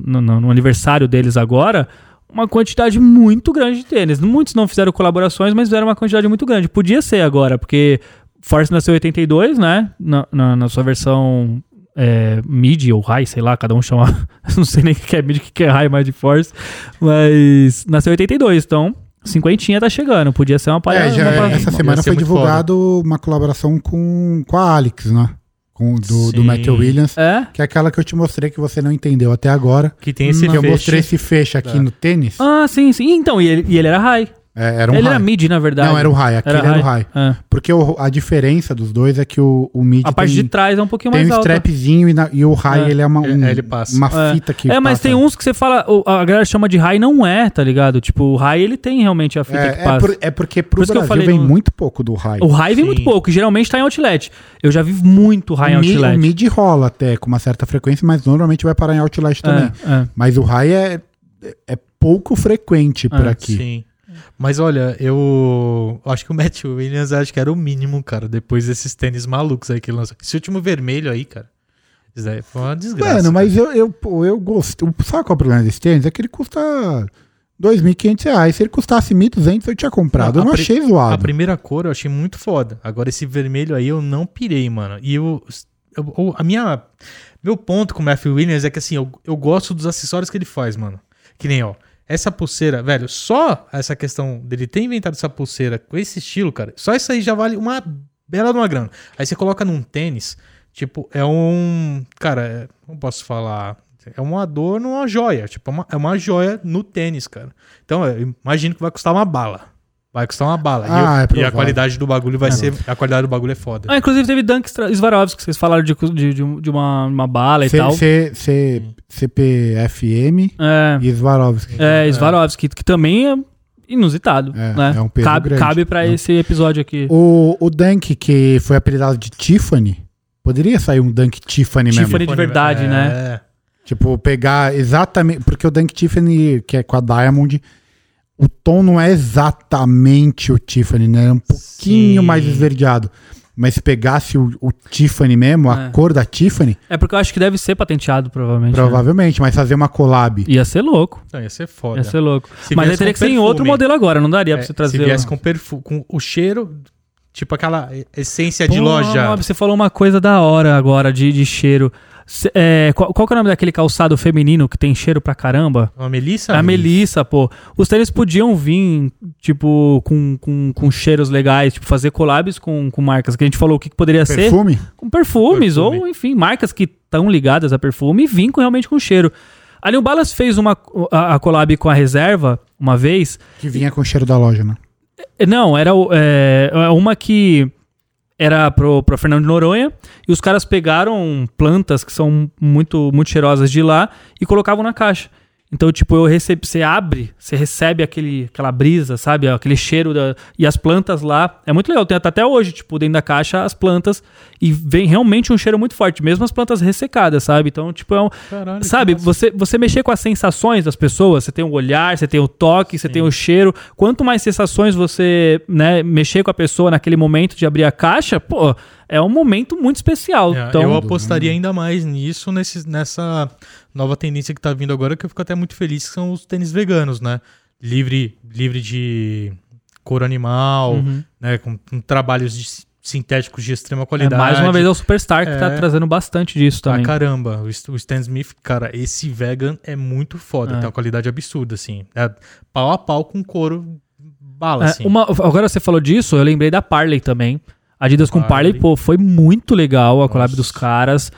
no- no- no aniversário deles agora uma quantidade muito grande de tênis. Muitos não fizeram colaborações, mas fizeram uma quantidade muito grande. Podia ser agora, porque Force nasceu em 82, né? Na, na, na sua versão é, mid ou high, sei lá, cada um chama. não sei nem o que que é mid, o que que é high mais de Force. Mas nasceu em 82, então cinquentinha tá chegando. Podia ser uma parada. É, já- uma parada- essa semana ser foi muito divulgado uma colaboração com, com a Alex, né? Com, do, do Sim. Matthew Williams. É? Que é aquela que eu te mostrei que você não entendeu até agora. Que tem esse que eu fecho. mostrei esse fecho aqui Tá. no tênis. Ah, sim, sim. Então, e ele, e ele era high. É, era um ele high. era mid, né? na verdade. Não, era o high. Aquele era, um o high. É. Porque o- a diferença dos dois é que o, o mid A parte de tem, trás é um pouquinho tem mais um alta. strapzinho e, na- e o high É. ele é uma, É, um- ele passa. uma É. fita que é, mas passa. tem uns que você fala, o- a galera chama de high não é, tá ligado? Tipo, o high ele tem realmente a fita É, que é passa. por- é porque pro Por isso que eu Brasil falei vem no- muito pouco do high. O high vem Sim. muito pouco, geralmente tá em outlet. Eu já vi muito high em o, mi- outlet. o mid rola até com uma certa frequência, mas normalmente vai parar em outlet também. É, é. Mas o high é, é pouco frequente por Ah, aqui. Sim. Mas olha, eu acho que o Matt Williams acho que era o mínimo, cara, depois desses tênis malucos aí que ele lançou. Esse último vermelho aí, cara. Isso daí foi uma desgraça. Mano, mas eu, eu, pô, eu gosto. Sabe qual é o problema desse tênis? É que ele custa R$ 2.500 reais. Se ele custasse 1.200, eu tinha comprado. eu Não, a não pri- achei A zoado. primeira cor eu achei muito foda. Agora esse vermelho aí eu não pirei, mano. E eu, eu- eu- a minha meu ponto com o Matthew Williams é que assim, eu, eu gosto dos acessórios que ele faz, mano. Que nem, ó, essa pulseira, velho, só essa questão dele ter inventado essa pulseira com esse estilo, cara. Só isso aí já vale uma bela de uma grana. Aí você coloca num tênis, tipo, é um, cara, é- não posso falar, é um adorno, uma joia, tipo, é uma, é uma joia no tênis, cara. Então, eu imagino que vai custar uma bala. Vai custar uma bala. E Ah, eu- é e, a provável. qualidade do bagulho vai ser. A qualidade do bagulho é foda. Ah, inclusive teve Dunk Stra- Swarovski, que vocês falaram de, de, de um- de uma, uma bala e C, tal. C, C- CPFM É, e Swarovski. é, Swarovski, que também é inusitado, É, né? é um peso cabe, grande, cabe pra né? esse episódio aqui. O, o Dunk, que foi apelidado de Tiffany, poderia sair um Dunk Tiffany, Tiffany de mesmo. verdade, é, né? é. Tipo, pegar exatamente. Porque o Dunk Tiffany, que é com a Diamond, o tom não é exatamente o Tiffany, né? É um pouquinho Sim. mais esverdeado. Mas se pegasse o, o Tiffany mesmo, a É. cor da Tiffany, É porque eu acho que deve ser patenteado, provavelmente. né? provavelmente, mas fazer uma collab. Ia ser louco. Não, então, ia ser foda. Ia ser louco. Se Mas aí viesse teria com que ser em perfume. outro modelo agora, não daria pra É, você trazer. um- se viesse o- com, perfu- com o cheiro, tipo aquela essência de Pô, loja. Rob, Você falou uma coisa da hora agora, de, de cheiro. Cê- é, qual, qual que é o nome daquele calçado feminino que tem cheiro pra caramba? É Uma Melissa? a Melissa, pô. Os tênis podiam vir, tipo, com, com, com cheiros legais, tipo, fazer collabs com, com marcas que a gente falou o que, que poderia ser. Perfume? Com perfumes, Perfume. ou, enfim, marcas que estão ligadas a perfume e vir com, realmente com cheiro. A New Balance fez uma, a, a collab com a reserva uma vez, Que vinha com o cheiro da loja, né? não, era o- é, uma que era pro, pro Fernando de Noronha e os caras pegaram plantas que são muito, muito cheirosas de lá e colocavam na caixa. Então, tipo, eu recebo, você abre, você recebe aquele, aquela brisa, sabe? Aquele cheiro da- e as plantas lá. É muito legal. Tem até- até hoje, tipo, dentro da caixa, as plantas e vem realmente um cheiro muito forte, mesmo as plantas ressecadas, sabe? Então, tipo, é um, Caralho, que Sabe, massa. você, você mexer com as sensações das pessoas, você tem o olhar, você tem o toque, você tem o cheiro. Quanto mais sensações você né, mexer com a pessoa naquele momento de abrir a caixa, pô, é um momento muito especial. É, então, eu apostaria ainda mais nisso, nesse, nessa nova tendência que tá vindo agora, que eu fico até muito feliz, que são os tênis veganos, né? Livre, livre de couro animal, Uhum. né? Com, com trabalhos de si- sintéticos de extrema é, qualidade. mais uma vez é o Superstar que tá É. trazendo bastante disso Ah, também. caramba, o St- o Stan Smith, cara, esse vegan é muito foda, É. tem uma qualidade absurda, assim. É pau a pau com couro bala, É, assim. uma- agora você falou disso, eu lembrei da Parley também. Adidas com Parley, Parley. pô, foi muito legal a collab Nossa. dos caras.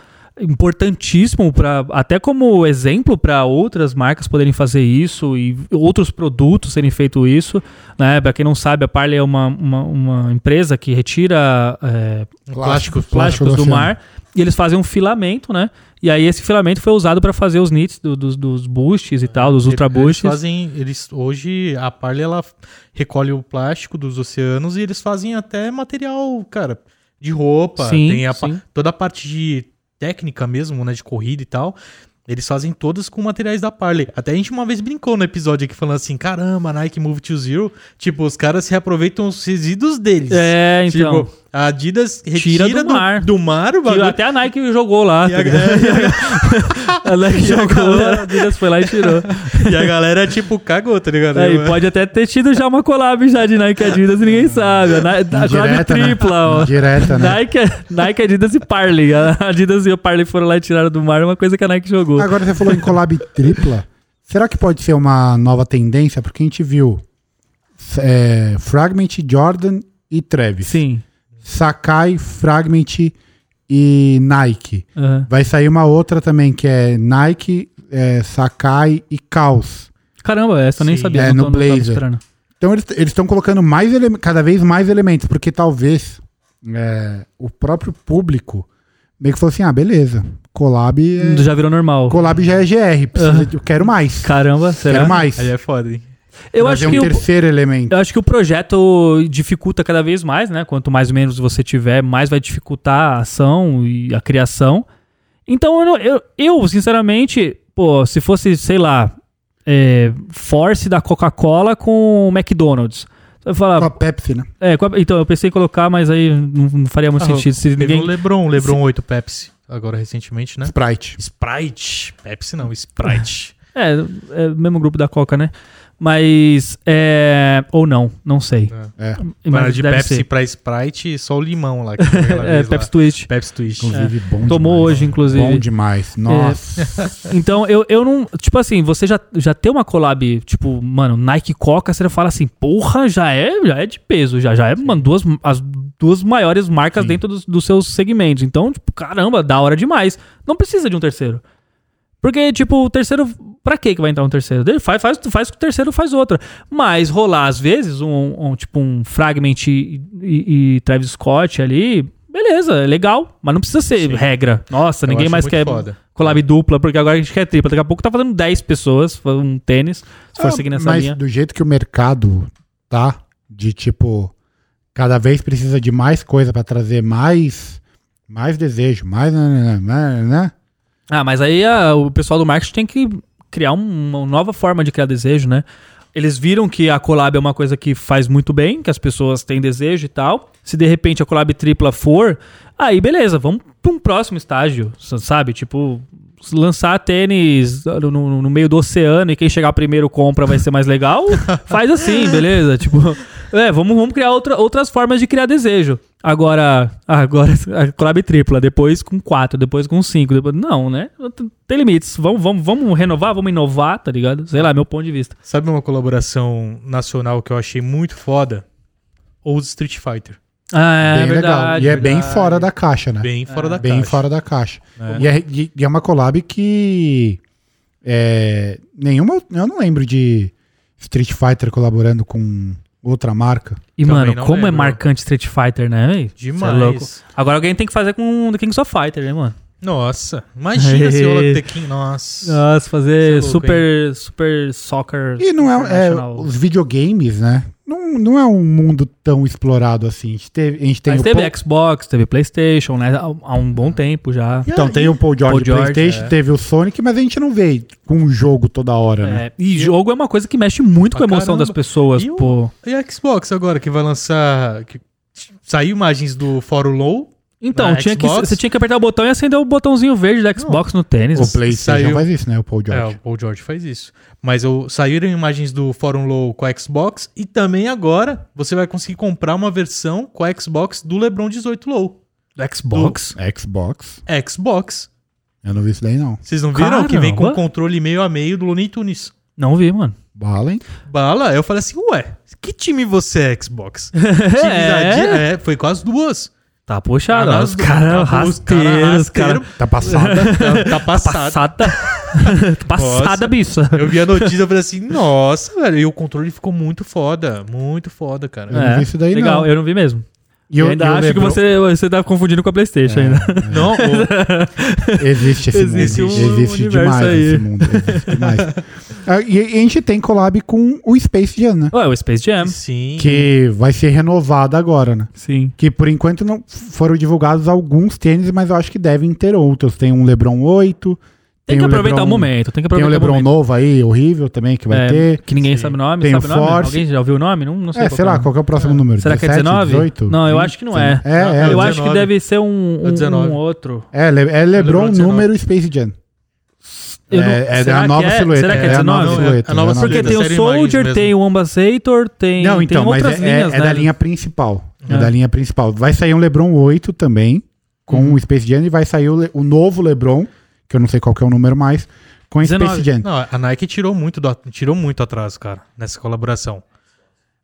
Importantíssimo para até como exemplo para outras marcas poderem fazer isso e outros produtos serem feito isso, né? Para quem não sabe, a Parley é uma, uma, uma empresa que retira é, Um Plástico, plástico, plásticos do, oceano. mar e eles fazem um filamento, né? E aí esse filamento foi usado para fazer os knits do- dos, dos boosts e tal, dos ultra Eles boosts. fazem, eles hoje a Parley ela recolhe o plástico dos oceanos e eles fazem até material, cara, de roupa, Sim, tem a pa- sim. toda a parte de técnica mesmo, né, de corrida e tal. Eles fazem todas com materiais da Parley. Até a gente uma vez brincou no episódio aqui falando assim: caramba, Nike Move to Zero. Tipo, os caras reaproveitam os resíduos deles. É, então. Tipo, a Adidas Tira retira do do, do mar. mar. o Que bagulho. até a Nike jogou lá. E tá a- ligado? a Nike jogou, a Adidas foi lá e tirou. E a galera, tipo, cagou, tá ligado? Aí, pode até ter tido já uma collab já de Nike e Adidas e ninguém sabe. A, Na- a collab Indireta, né? tripla, ó. Direta, né? Nike, Nike, Adidas e Parley. A Adidas e o Parley foram lá e tiraram do mar é uma coisa que a Nike jogou. Agora você falou em collab tripla. Será que pode ser uma nova tendência? Porque a gente viu é, Fragment, Jordan e Travis. Sim. Sakai, Fragment e Nike. Aham. Vai sair uma outra também que é Nike, é, Sakai e Caos. Caramba, essa eu nem Sim. sabia. É, não tô- no não tava blazer. esperando. Então eles estão colocando mais ele- cada vez mais elementos, porque talvez é, o próprio público meio que falou assim: ah, beleza, collab, é, Hum, Já virou normal. collab já é GR, precisa Aham. de- eu quero mais. Caramba, será? Quero mais. Aí é foda, hein? Eu Trazer acho que um o- terceiro elemento. Eu acho que o projeto dificulta cada vez mais, né? Quanto mais menos você tiver, mais vai dificultar a ação e a criação. Então, eu, não- eu, eu, sinceramente, pô, se fosse, sei lá, é, Force da Coca-Cola com o McDonald's. Eu Com falar, Tá. a Pepsi, né? é, qual- então, eu pensei em colocar, mas aí não, não faria muito Ah, sentido. Se Teve ninguém... o Lebron, o Lebron 8 Pepsi, agora recentemente, né? Sprite. Sprite. Pepsi não, Sprite. É, é o mesmo grupo da Coca, né? Mas, é... Ou não, não sei. É. Agora de deve Pepsi ser. pra Sprite e só o limão lá. Que foi aquela É, vez lá. Pepsi Twist. Pepsi é Twist. Inclusive, bom Tomou demais. hoje, né? inclusive. Bom demais. Nossa. Então, eu, eu não. Tipo assim, você já, já tem uma collab, tipo, mano, Nike e Coca, você fala assim, porra, já é, já é de peso, já, já é, mano, duas, as duas maiores marcas Sim. dentro dos, dos seus segmentos. Então, tipo, caramba, da hora demais. Não precisa de um terceiro. Porque, tipo, o terceiro. Pra que que vai entrar um terceiro? Ele Faz, faz, faz que o terceiro faz outra. Mas rolar, às vezes, um, um- tipo, um Fragment e, e- e Travis Scott ali. Beleza, é legal, mas não precisa ser regra. Nossa, Eu ninguém acho mais muito quer foda. collab dupla, porque agora a gente quer tripla. Daqui a pouco tá fazendo 10 pessoas, um tênis, se for Ah, seguir nessa mas linha. do jeito que o mercado tá, de tipo, cada vez precisa de mais coisa pra trazer mais mais desejo, mais né, né, né, né? Ah, mas aí ah, o pessoal do marketing tem que criar um- uma nova forma de criar desejo, né? Eles viram que a collab é uma coisa que faz muito bem, que as pessoas têm desejo e tal. Se de repente a collab tripla for, aí beleza, vamos para um próximo estágio, s- sabe? Tipo, s- lançar tênis no, no- no meio do oceano e quem chegar primeiro compra vai ser mais legal. faz assim, beleza? Tipo, é, vamos, vamos criar outra- outras formas de criar desejo. Agora, agora a collab tripla, depois com quatro, depois com cinco, depois não, né? Tem limites. Vamos, vamos, vamos renovar, vamos inovar, tá ligado? Sei lá, meu ponto de vista. É. Sabe uma colaboração nacional que eu achei muito foda? Old Street Fighter. Ah, é bem verdade. legal. E é bem verdade. fora da caixa, né? Bem Ah. fora da Bem caixa. fora da caixa. Né? E, é, e- e é uma collab que. é, nenhuma. Eu não lembro de Street Fighter colaborando com outra marca. E, Também mano, não como é lembro. marcante Street Fighter, né, véi? Cê Demais. É louco. Agora alguém tem que fazer com The King of Fighter, né, mano? Nossa, imagina se rola Tekken, nossa. Nossa, fazer Cê é louco, super, super soccer. E não é, é, International. Os videogames, né? Não, não é um mundo tão explorado assim. A gente teve, a gente tem Mas o teve Paul- Xbox, teve PlayStation, né? Há há um bom tempo já. Então, tem o Paul George, Paul George, é. PlayStation, teve o Sonic, mas a gente não vê com um jogo toda hora, né? É, e jogo é uma coisa que mexe muito com a Pra emoção das caramba. pessoas, E o- pô. E a Xbox agora, que vai lançar... Que... Saiu imagens do Fórum Low. Então, Na tinha que, Xbox? você tinha que apertar o botão e acender o botãozinho verde da Xbox no tênis. O PlayStation saiu- faz isso, né? O Paul É, George. o Paul George faz isso. Mas eu- saíram imagens do Fórum Low com a Xbox. E também agora, você vai conseguir comprar uma versão com a Xbox do LeBron 18 Low. Do Xbox? Xbox. Xbox. Eu não vi isso daí, não. Vocês não viram que vem com Caramba. controle meio a meio do Looney Tunes? Não vi, mano. Bala, hein? Bala, eu falei assim, ué, que time você é, Xbox? Time da Di- é, foi com as duas. Tá puxado. Ah, ó, não, os caras tá, os cara rasteiros, os caras. rasteiro. Tá passada. Tá, tá passado. Passada. Passada, Nossa. bicho. Eu vi a notícia, eu falei assim, nossa, velho, e o controle ficou muito foda, muito foda, cara. Eu não vi isso daí, É. legal, não. eu não vi mesmo. E E eu, o- ainda e o acho que LeBron- você, você tá confundindo com a Playstation ainda. Não, o- Existe esse Existe mundo. um existe universo demais aí. esse mundo. Existe demais. Ah, e a gente tem collab com o Space Jam, né? Ué, o Space Jam. sim. Que vai ser renovada agora, né? Sim. Que por enquanto não foram divulgados alguns tênis, mas eu acho que devem ter outros. Tem um LeBron 8. Tem, que o aproveitar LeBron- o momento, tem que Tem o aproveitar LeBron o momento. novo aí, horrível também, que vai É, ter. que ninguém Sim. sabe o nome, Tem sabe o o nome? Force. Alguém já ouviu o nome? Não, não sei. É, sei lá, qual qual que é o próximo número? Será que é 19? 18? Não, eu acho que não é. É, é. Não, Eu o acho que 19. deve ser um, É o um, 19. um outro. É, Le- é LeBron, LeBron 19. número Space Jam. Eu não- É, é será da que nova é? silhueta. Será que é a nova 19? silhueta, É a nova é a Porque silhueta. tem o Série imagens Soldier, mesmo. tem o Ambassador, tem, um- Não, tem então, mas outras é, é- linhas, é né? da linha principal. É. É. da linha principal. Vai sair um LeBron 8 também, com Uhum. o Space Jam, e vai sair o, Le- o novo LeBron, que eu não sei qual que é o número mais, com o 19. Space Jam. Não, a Nike tirou muito, do, tirou muito atraso, cara, nessa colaboração.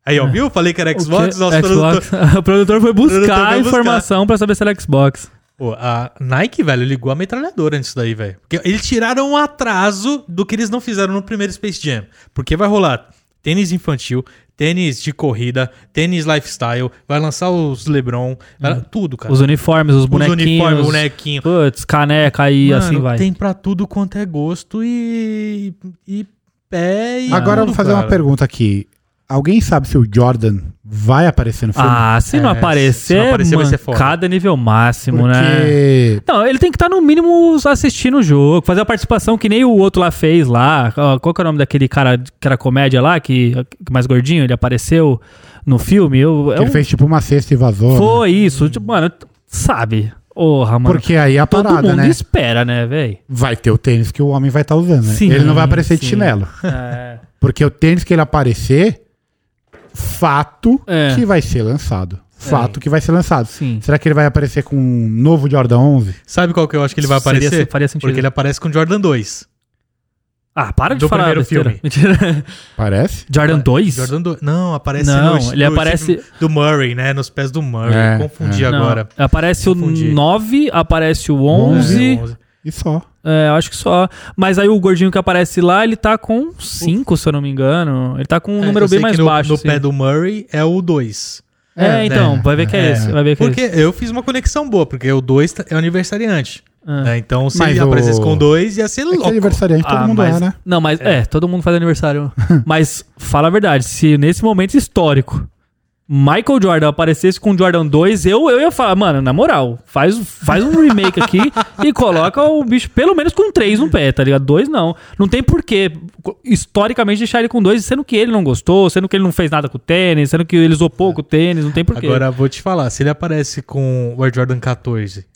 Aí, ó, viu? Falei que era É. O Xbox, quê? nosso produtor. Xbox. o produtor foi buscar O produtor a foi buscar. informação pra saber se era Xbox. Pô, a Nike, velho, ligou a metralhadora nisso daí, velho. Porque eles tiraram um atraso do que eles não fizeram no primeiro Space Jam. Porque vai rolar tênis infantil, tênis de corrida, tênis lifestyle, vai lançar os LeBron, vai- tudo, cara. Hum. Os uniformes, os bonequinhos. Tá. uniformes, bonequinho. Putz, caneca e Mano, assim vai. Tem pra tudo quanto é gosto e. e pé e. Agora eu vou tudo, fazer uma cara. pergunta aqui. Alguém sabe se o Jordan vai aparecer no filme? Ah, se não É, aparecer, se não aparecer, vai ser foda. cada nível máximo, né? Porque... Não, ele tem que estar no mínimo assistindo o jogo, fazer a participação que nem o outro lá fez lá. Ó, Qual que é o nome daquele cara que era comédia lá, que, que mais gordinho, ele apareceu no filme? Eu, é Ele um- fez tipo uma cesta e vazou. né? Foi isso, tipo, mano, t- sabe? Porra, mano. Porque aí a todo parada, mundo né? espera, né, velho? Vai ter o tênis que o homem vai estar usando, né? Sim, ele não vai aparecer de sim. chinelo. É. Porque o tênis que ele aparecer, fato É. que vai ser lançado. Fato que vai ser lançado. Sim. Será que ele vai aparecer com um novo Jordan 11? Sabe qual que eu acho que ele vai Seria- né? aparecer? faria sentido. Porque ele aparece com o Jordan 2. Ah, para de Do falar primeiro besteira. filme. Mentira. Parece? Jordan 2? Jordan 2. Não, aparece Não, no- ele no- aparece- Do Murray, né? Nos pés do Murray. É, Confundi é. Não, agora. aparece Confundi. o 9, aparece o 11. É, 11. E só. É, eu acho que só. Mas aí o gordinho que aparece lá, ele tá com 5, se eu não me engano. Ele tá com um É, número eu sei bem que mais no, baixo. No assim. pé do Murray é o 2. É, É, então, né? vai ver que é, É. esse. Vai ver que Porque é eu fiz uma conexão boa, porque o 2 tá- é aniversariante. Ah. né? Então, se Mas ele o- aparecesse com 2, ia ser É que louco. aniversariante todo Ah, mundo mas- é, né? Não, mas é. todo mundo faz aniversário. mas fala a verdade, se nesse momento histórico Michael Jordan aparecesse com o Jordan 2, eu, eu ia falar, mano, na moral, faz, faz um remake aqui e coloca o bicho pelo menos com 3 no pé, tá ligado? 2 não. Não tem porquê, co- historicamente, deixar ele com 2, sendo que ele não gostou, sendo que ele não fez nada com o tênis, sendo que ele isopou com o tênis, não tem porquê. Agora vou te falar, se ele aparece com o Air Jordan 14,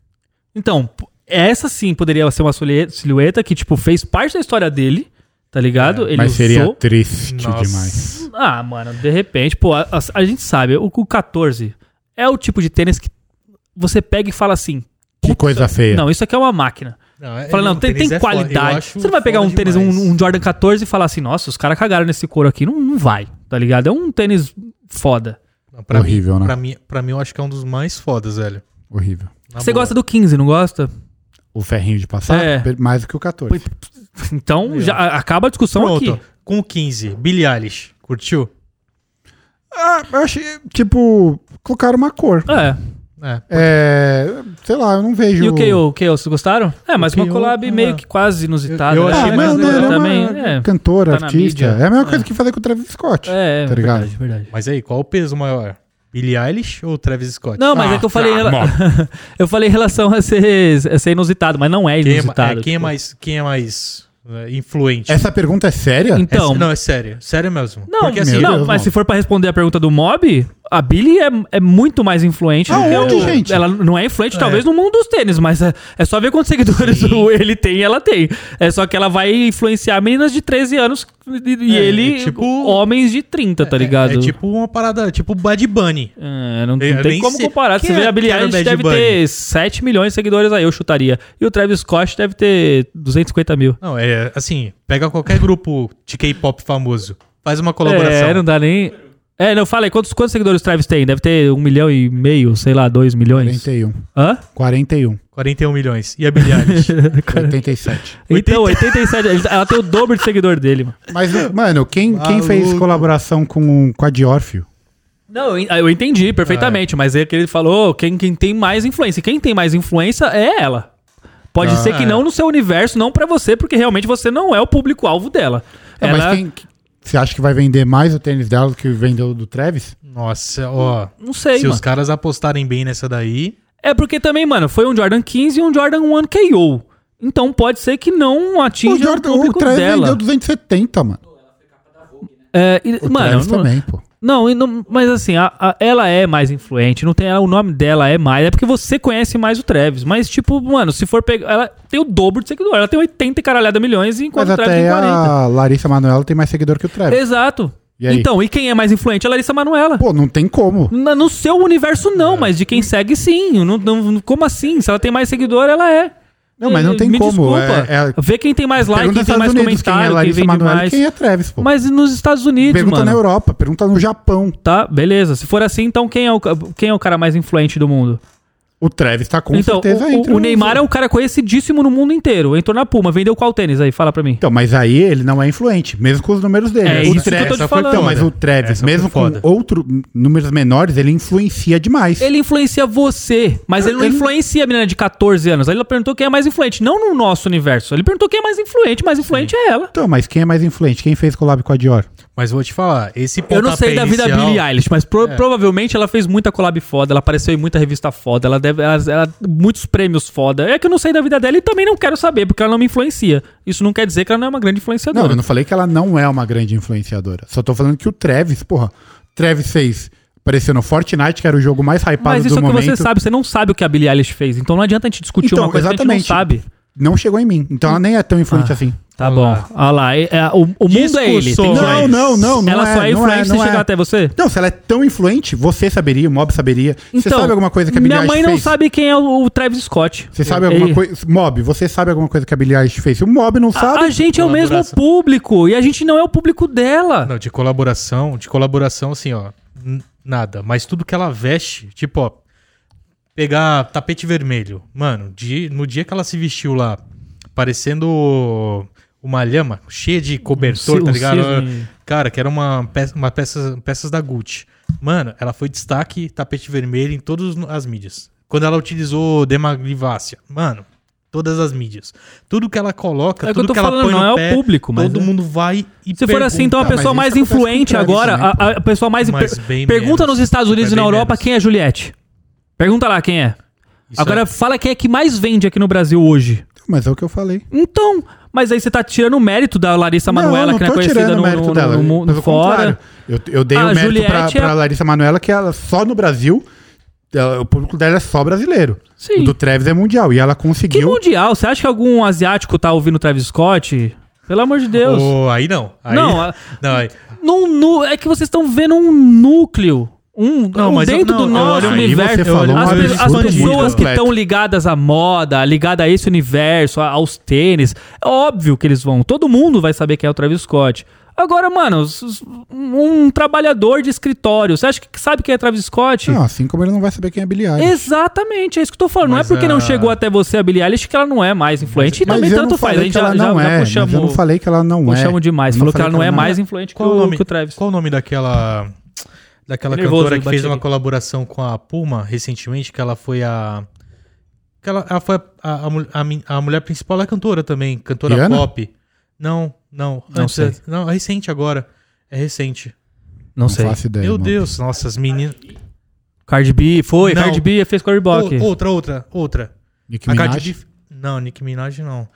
Então, p- essa sim poderia ser uma silhueta- silhueta que, tipo, fez parte da história dele, tá ligado? ele É, Mas seria usou. triste nossa. demais. Ah, mano, de repente, pô, a, a- a gente sabe, o, o 14 é o tipo de tênis que você pega e fala assim. Que coisa feia. Não, isso aqui é uma máquina. Não, é- Fala, não, o tem, tênis tem é foda. Eu qualidade. acho Você não vai pegar foda um tênis, um, demais. um Jordan 14 e falar assim, nossa, os caras cagaram nesse couro aqui. Não, não vai, tá ligado? É um tênis foda. Não, pra Horrível, mim, né? Pra mim, pra mim, eu acho que é um dos mais fodas, velho. Horrível. Na você boa. gosta do 15, não gosta? O ferrinho de passar, É. pe- mais do que o 14. Então, já a- acaba a discussão Pronto, aqui. com o 15, Billie Eilish, curtiu? Ah, eu achei, tipo, colocaram uma cor. É. É. É, sei lá, eu não vejo... E o KO, o KO, vocês gostaram? É, mas uma KO, collab é. meio que quase inusitada. Eu- eu né? achei Ah, mais não, não, legal. ele é também. uma É, cantora, Tá na artista. mídia. É a mesma coisa que fazer com o Travis Scott. é, é Tá ligado? verdade, verdade. Mas aí, qual o peso maior? Billie Eilish ou Travis Scott? Não, mas Ah, é que eu tá, falei, em ah, rela- mano. eu falei em relação a ser, a ser inusitado, mas não é quem é, ma- inusitado. é, quem é tipo. mais, quem é mais é, influente? Essa pergunta é séria? Então, Essa- não, é sério. Sério mesmo. não, Porque assim, não, meu Deus, mas mano. se for pra responder a pergunta do Mob, a Billy é, é muito mais influente do que Aonde, o- gente? Ela não é influente, É. talvez, no mundo dos tênis, mas é, é só ver quantos seguidores o ele tem e ela tem. É só que ela vai influenciar meninas de 13 anos e, e É, ele, é tipo- homens de 30, tá ligado? É, é tipo uma parada, tipo Bad Bunny. É, não, não Eu tem nem como sei. comparar. Se Quem você vê é- a Billie quem era o Eilish, Bad deve ter 7 milhões de seguidores aí, eu chutaria. E o Travis Scott deve ter 250 mil. Não, é assim, pega qualquer grupo de K-pop famoso, faz uma colaboração. É, não dá nem... É, não, fala aí, quantos, quantos seguidores o Travis tem? Deve ter 1 milhão e meio, sei lá, 2 milhões. 41. Hã? 41. 41 milhões. E a Billie Eilish? um. 87. Então, 87. ele- Ela tem o dobro de seguidor dele, mano. Mas, mano, quem, quem fez Maluco. colaboração com, com a Dior, fio? Não, eu en- ah, eu entendi perfeitamente, mas é que ele falou quem, quem tem mais influência. E Quem tem mais influência é ela. Pode Ah, ser que é. não no seu universo, não pra você, porque realmente você não é o público-alvo dela. É, ela... Mas quem... Você acha que vai vender mais o tênis dela do que vendeu do Travis? Nossa, ó. Não sei, se mano. os caras apostarem bem nessa daí, É porque também, mano, foi um Jordan 15 e um Jordan 1 KO. Então pode ser que não atinja é o, Jordan- público Travis vendeu dela. 270, mano. É, e- O mano, Travis não, também, pô. não, e não- mas assim, a- a- ela é mais influente, não tem ela- o nome dela é mais, é porque você conhece mais o Travis, mas tipo, mano, se for pegar, ela tem o dobro de seguidor, ela tem 80 e caralhada milhões enquanto Mas o Travis tem até 40. a Larissa Manoela tem mais seguidor que o Travis. Exato. E aí? então, e quem é mais influente? A Larissa Manoela. Pô, não tem como. Na- no seu universo É. não, mas de quem segue sim. Não- não- como assim? Se ela tem mais seguidor, ela é. Não, mas não tem Me como, Desculpa. é- é- Vê quem tem mais like, quem Pergunta nos tem mais Estados Unidos quem é comentário, quem, Larissa vende Manoela e mais. quem é Travis, pô. Mas nos Estados Unidos, pergunta mano. na Europa, pergunta no Japão. Tá, beleza. Se for assim, então quem é o, ca- quem é o cara mais influente do mundo? O Travis tá com então, certeza o, entre o os- Neymar é um cara conhecidíssimo no mundo inteiro. Entrou na Puma, vendeu qual tênis aí? Fala pra mim. Então, mas aí ele não é influente, mesmo com os números dele. É o isso que eu Travis- tô te essa foi falando. Então, mas o Travis, Essa foi mesmo com foda. outros números menores, ele influencia demais. Ele influencia você, mas ele não Ele- influencia a menina de 14 anos. Aí ele perguntou quem é mais influente, não no nosso universo. Ele perguntou quem é mais influente, mais influente é ela. Então, mas quem é mais influente? Quem fez collab com a Dior? mas vou te falar, esse Eu não sei da vida da Billie Eilish, mas pro- É. provavelmente ela fez muita collab foda, ela apareceu em muita revista foda, ela deve ela, ela- muitos prêmios foda. É que eu não sei da vida dela e também não quero saber, porque ela não me influencia. Isso não quer dizer que ela não é uma grande Não, influenciadora. eu não falei que ela não é uma grande influenciadora. Só tô falando que o Travis, porra, Travis fez apareceu no Fortnite, que era o jogo mais hypado Mas isso do é o que momento. você sabe, você não sabe o que a Billie Eilish fez. Então não adianta a gente discutir Então, uma coisa exatamente. que a gente não sabe. Não chegou em mim. Então ela nem é tão influente assim. Tá Olha bom. lá. Olha lá, é- é- o, o mundo é ele. Tem Discussões. que- Não, não, não, não. ela é, só é não influente não se chegar até você? Não, se ela é tão influente, você saberia, o Mob saberia. você sabe alguma coisa que a Billie Então, Minha mãe Eilish não fez? sabe quem é o, o Travis Scott. Você sabe alguma Ele- coisa... Mob, você sabe alguma coisa que a Billie Eilish fez? O Mob não A, sabe. a gente é o mesmo Colaboração. público e a gente não é o público dela. Não, de colaboração, de colaboração assim, ó, n- nada, mas tudo que ela veste, tipo, ó, pegar tapete vermelho. Mano, de- no dia que ela se vestiu lá, parecendo uma lhama cheia de cobertor, ci- tá um ligado? cisne. Cara, que era uma peça, uma peça, peças da Gucci. Mano, ela foi destaque tapete vermelho em todas as mídias. Quando ela utilizou Demaglivácia, mano, Todas as mídias. Tudo que ela coloca, É o que eu tudo tô que, ela falando, põe não no é o pé, público, mas todo é. mundo vai e Se for assim, então a pergunta. Ah, pessoa mais mas isso acontece com né? influente Travis agora, também, a, a pessoa mais. Mas per- bem pergunta nos menos. Estados Unidos e Mas na bem Europa menos. quem é Juliette. Pergunta lá quem é. Isso agora é- fala quem é que mais vende aqui no Brasil hoje. Mas é o que eu falei. Então, mas aí você tá tirando o mérito da Larissa Manoela, que não é conhecida no, no, no, no, pelo contrário. fora. Eu, eu dei A o mérito pra, Juliette é- pra Larissa Manoela que ela só no Brasil, ela- o público dela é só brasileiro. Sim. O do Travis é mundial. E ela Que conseguiu. mundial? Você acha que algum asiático tá ouvindo Travis Scott? Pelo amor de Deus. Ô, aí não. Aí, Não, a- não, aí- Num nu- é que vocês estão vendo um núcleo. Um, Não, um mas eu- dentro do não, eu nosso olho- aí universo. você falou eu- um As, Olha, pe- isso as absurdo expande muito pessoas que completo. estão ligadas à moda, ligadas a esse universo, a- aos tênis, é óbvio que eles vão. Todo mundo vai saber quem é o Travis Scott. Agora, mano, s- s- um trabalhador de escritório, você acha que sabe quem é Travis Scott? Não, assim como ele não vai saber quem é Billie Eilish. Exatamente, é isso que eu tô falando. Mas não é porque a- não chegou até você a Billie Eilish que ela não é mais influente. e também eu tanto não faz. falei A gente que já, ela não já, já é. mas puxamos, eu não falei que ela não é. puxamos demais. Eu Falou que falei ela não é mais é. influente que Qual o o, nome? que o Travis. Qual o nome daquela daquela Nervoso, cantora que bati fez uma aqui. colaboração com a Puma recentemente, que ela foi a que ela, ela foi a, a, a mul- a min- a mulher principal é cantora também, cantora Rihanna? pop. Não, não, Não antes sei. é- não, é recente agora. É recente. Não sei. faço ideia, Meu mano. Deus, nossa, as meninas. Cardi B, foi. Não. Cardi B fez Cory Block. Ou- outra, outra, outra. Nicki A Cardi Minaj? B- Não, Nick Minaj não.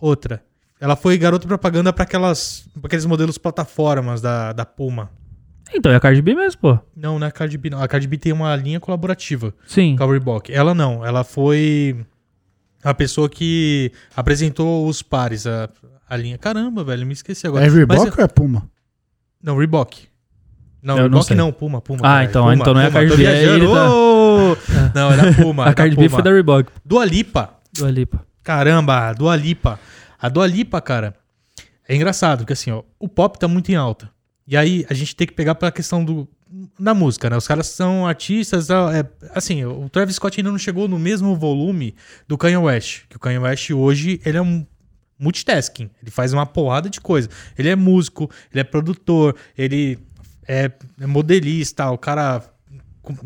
Outra. Ela foi garota propaganda para aquelas pra aqueles modelos plataformas da, da Puma. Então é a Cardi B mesmo, pô. Não, não é a Cardi B, não. A Cardi B tem uma linha colaborativa. Sim. com a Reebok. Ela não, ela foi a pessoa que apresentou os pares, a, a linha. Caramba, velho, me esqueci agora. É Mas- Reebok ou é Puma? Não, Reebok. Não, Eu não Reebok sei. não, Puma, Puma. Ah, caralho, então- Puma, então não é a Puma, Cardi tô B, é viajando. ele tá- Ô! Não, era a Puma. a Cardi B foi da Reebok. Dua Lipa. Do Alipa. Caramba, a Dua Lipa. A Dua Lipa, cara, é engraçado, porque assim, ó, o pop tá muito em alta. E aí a gente tem que pegar pela questão do na música, né? Os caras são artistas, ah, é, assim, o Travis Scott ainda não chegou no mesmo volume do Kanye West, que o Kanye West hoje, ele é um multitasking, ele faz uma porrada de coisa. Ele é músico, ele é produtor, ele é modelista, o cara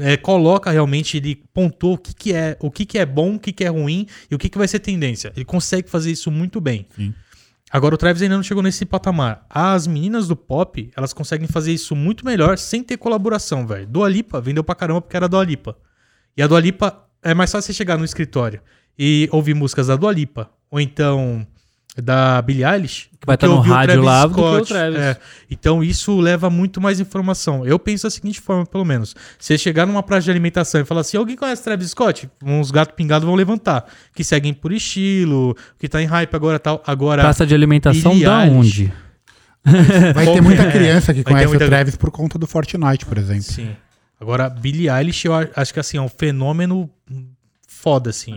é, coloca realmente, ele pontou o que, que é, o que, que é bom, o que, que é ruim e o que, que vai ser tendência. Ele consegue fazer isso muito bem. Sim. Agora o Travis ainda não chegou nesse patamar. As meninas do pop, elas conseguem fazer isso muito melhor sem ter colaboração, velho. Dua Lipa vendeu pra caramba porque era Dua Lipa. E a Dua Lipa é mais fácil você chegar no escritório e ouvir músicas da Dua Lipa ou então da Billie Eilish. Que vai do que estar no ouvir o rádio Travis lá do que o Scott. Travis. É. Então isso leva muito mais informação. Eu penso da seguinte forma, pelo menos. Você chegar numa praça de alimentação e falar assim, alguém conhece Travis Scott? Uns gatos pingados vão levantar. Que seguem por estilo, que tá em hype agora tal. Agora, Praça de alimentação Billie da Eilish. onde? Vai Bom, ter muita é. criança que Vai ter conhece muita- o Travis por conta do Fortnite, por exemplo. Sim. Agora, Billie Eilish, eu a- acho que assim, é um fenômeno foda, assim.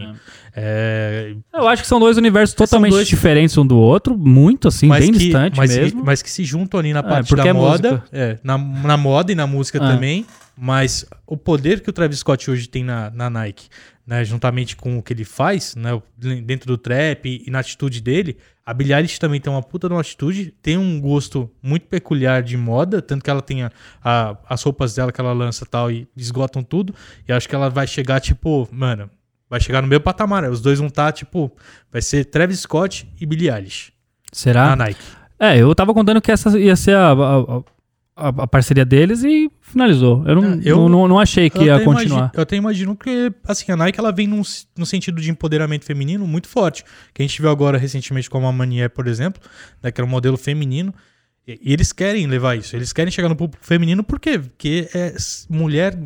É, Eu acho que são dois universos totalmente dois- diferentes um do outro, muito assim, bem distante mas mesmo. Que, mas que se juntam ali na parte porque da é moda. música. é, na, na moda e na música Ah. também. Mas o poder que o Travis Scott hoje tem na, na Nike, né, juntamente com o que ele faz, né, o- dentro do trap e, e na atitude dele, a Billie Eilish também tem uma puta de uma atitude, tem um gosto muito peculiar de moda, tanto que ela tem a- a- as roupas dela que ela lança e tal e esgotam tudo. E acho que ela vai chegar, tipo, mano, vai chegar no meu patamar. Os dois vão estar, tipo, vai ser Travis Scott e Billie Eilish Será? na Nike. É, eu tava contando que essa ia ser a, a- a- a parceria deles e finalizou. Eu não, É, eu- não, não, não achei que ia até imagi- continuar. eu até imagino que assim, a Nike ela vem num, s- num sentido de empoderamento feminino muito forte. Que a gente viu agora recentemente com a Manier, por exemplo, né, que era um modelo feminino. E, e eles querem levar isso. Eles querem chegar no público feminino por quê? porque é, s- mulher,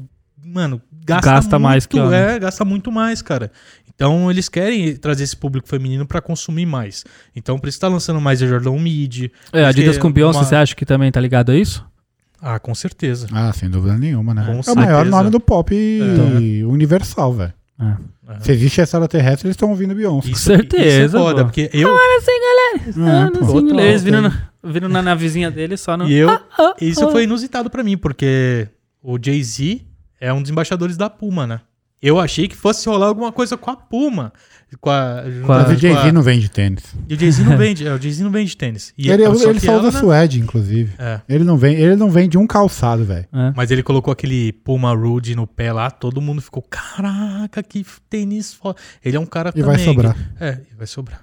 mano, gasta, Gasta mais muito, que homem. É, gasta muito mais, cara. Então eles querem trazer esse público feminino pra consumir mais. Então por isso tá lançando mais a Jordan Mid. É, Adidas porque com Beyoncé, uma- você acha que também tá ligado a isso? Ah, com certeza. Ah, sem dúvida nenhuma, né? é Com o maior certeza. nome do pop universal, velho. É. É. Se existe extraterrestre, eles estão ouvindo Beyoncé. Isso- Isso certeza, é foda, pô. porque eu, É, pô. Outra Eles alta, viram, hein? na, viram na navezinha dele só no. E eu, isso foi inusitado pra mim, porque o Jay-Z é um dos embaixadores da Puma, né? Eu achei que fosse rolar alguma coisa com a Puma. Com a, Com a- Mas junto o Jay-Z não vende tênis. E o Jay-Z não vende, é, o Jay-Z não vende tênis. E ele é só ele que só usa ela, né? suede, inclusive. É. Ele não vende, ele não vende um calçado, velho. Mas ele colocou aquele Puma Rude no pé lá, todo mundo ficou, caraca, que tênis foda. Ele é um cara E também. vai sobrar. que- É, e vai sobrar.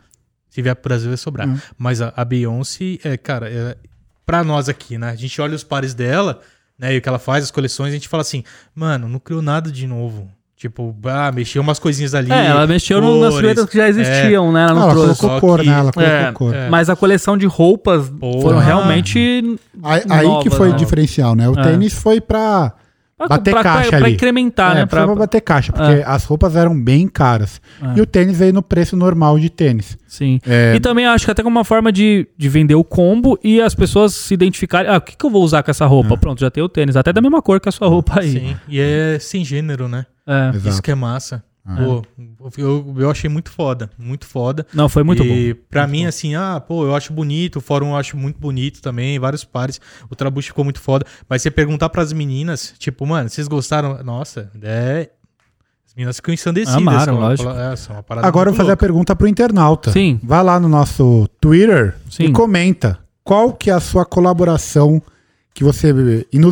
Se vier pro Brasil, vai sobrar. Hum. Mas a, a Beyoncé, é, cara, é, pra nós aqui, né? A gente olha os pares dela, né? E o que ela faz, as coleções, a gente fala assim, mano, não criou nada de novo. Tipo, ah, mexeu umas coisinhas ali. É, ela mexeu no- nas cores. silhuetas que já existiam, né? Ela Não, não ela trouxe. colocou só cor, que- né? Ela colocou É, cor. é. Mas a coleção de roupas Porra. foram realmente. Aí, aí Novas, que foi né? o diferencial, né? O É. tênis foi pra. pra- Bater pra, caixa pra ali. tá, incrementar, é, né? pra... Pra, bater caixa, É. porque as roupas eram bem caras. É. E o tênis veio no preço normal de tênis. sim. É, E também acho que até como uma forma de, de vender o combo e as pessoas se identificarem. Ah, o que, que eu vou usar com essa roupa? Pronto, já tem o tênis. Até da mesma cor que a sua roupa aí. É. Sim, e é sem gênero, né? É. Isso exato. que é massa. Pô, eu, eu achei muito foda, muito foda. Não, foi muito bom. e pra mim, assim, ah, pô, eu acho bonito, o fórum eu acho muito bonito também, vários pares. O Trabucho ficou muito foda. Mas você perguntar pras meninas, tipo, mano, vocês gostaram? Nossa, é. As meninas ficam ensandecidas. Amaram, com a- lógico. é, são uma parada Agora eu muito vou fazer a louca. pergunta pro internauta. Sim. Vai lá no nosso Twitter Sim. e comenta qual que é a sua colaboração que você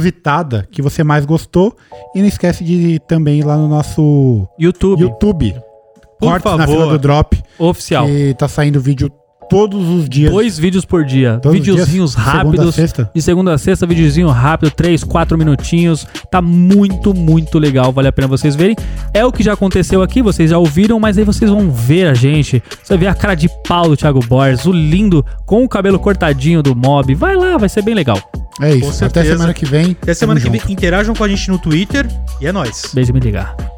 inusitada que você mais gostou e não esquece de também ir lá no nosso YouTube, YouTube Por Cortes na favor. fila do drop oficial. que tá saindo vídeo todos os dias Dois vídeos por dia. Todos os dias, Videozinhos segunda a rápidos. sexta. De segunda a sexta, videozinho rápido, 3, 4 minutinhos. Tá muito, muito legal. Vale a pena vocês verem. É o que já aconteceu aqui, vocês já ouviram, mas aí vocês vão ver a gente. Você vê a cara de pau do Thiago Borges, o lindo, com o cabelo cortadinho do mob. Vai lá, vai ser bem legal. é isso até certeza. semana que vem Até semana Tamo que junto. vem, interajam com a gente no Twitter e é nóis. Beijo, me ligar. é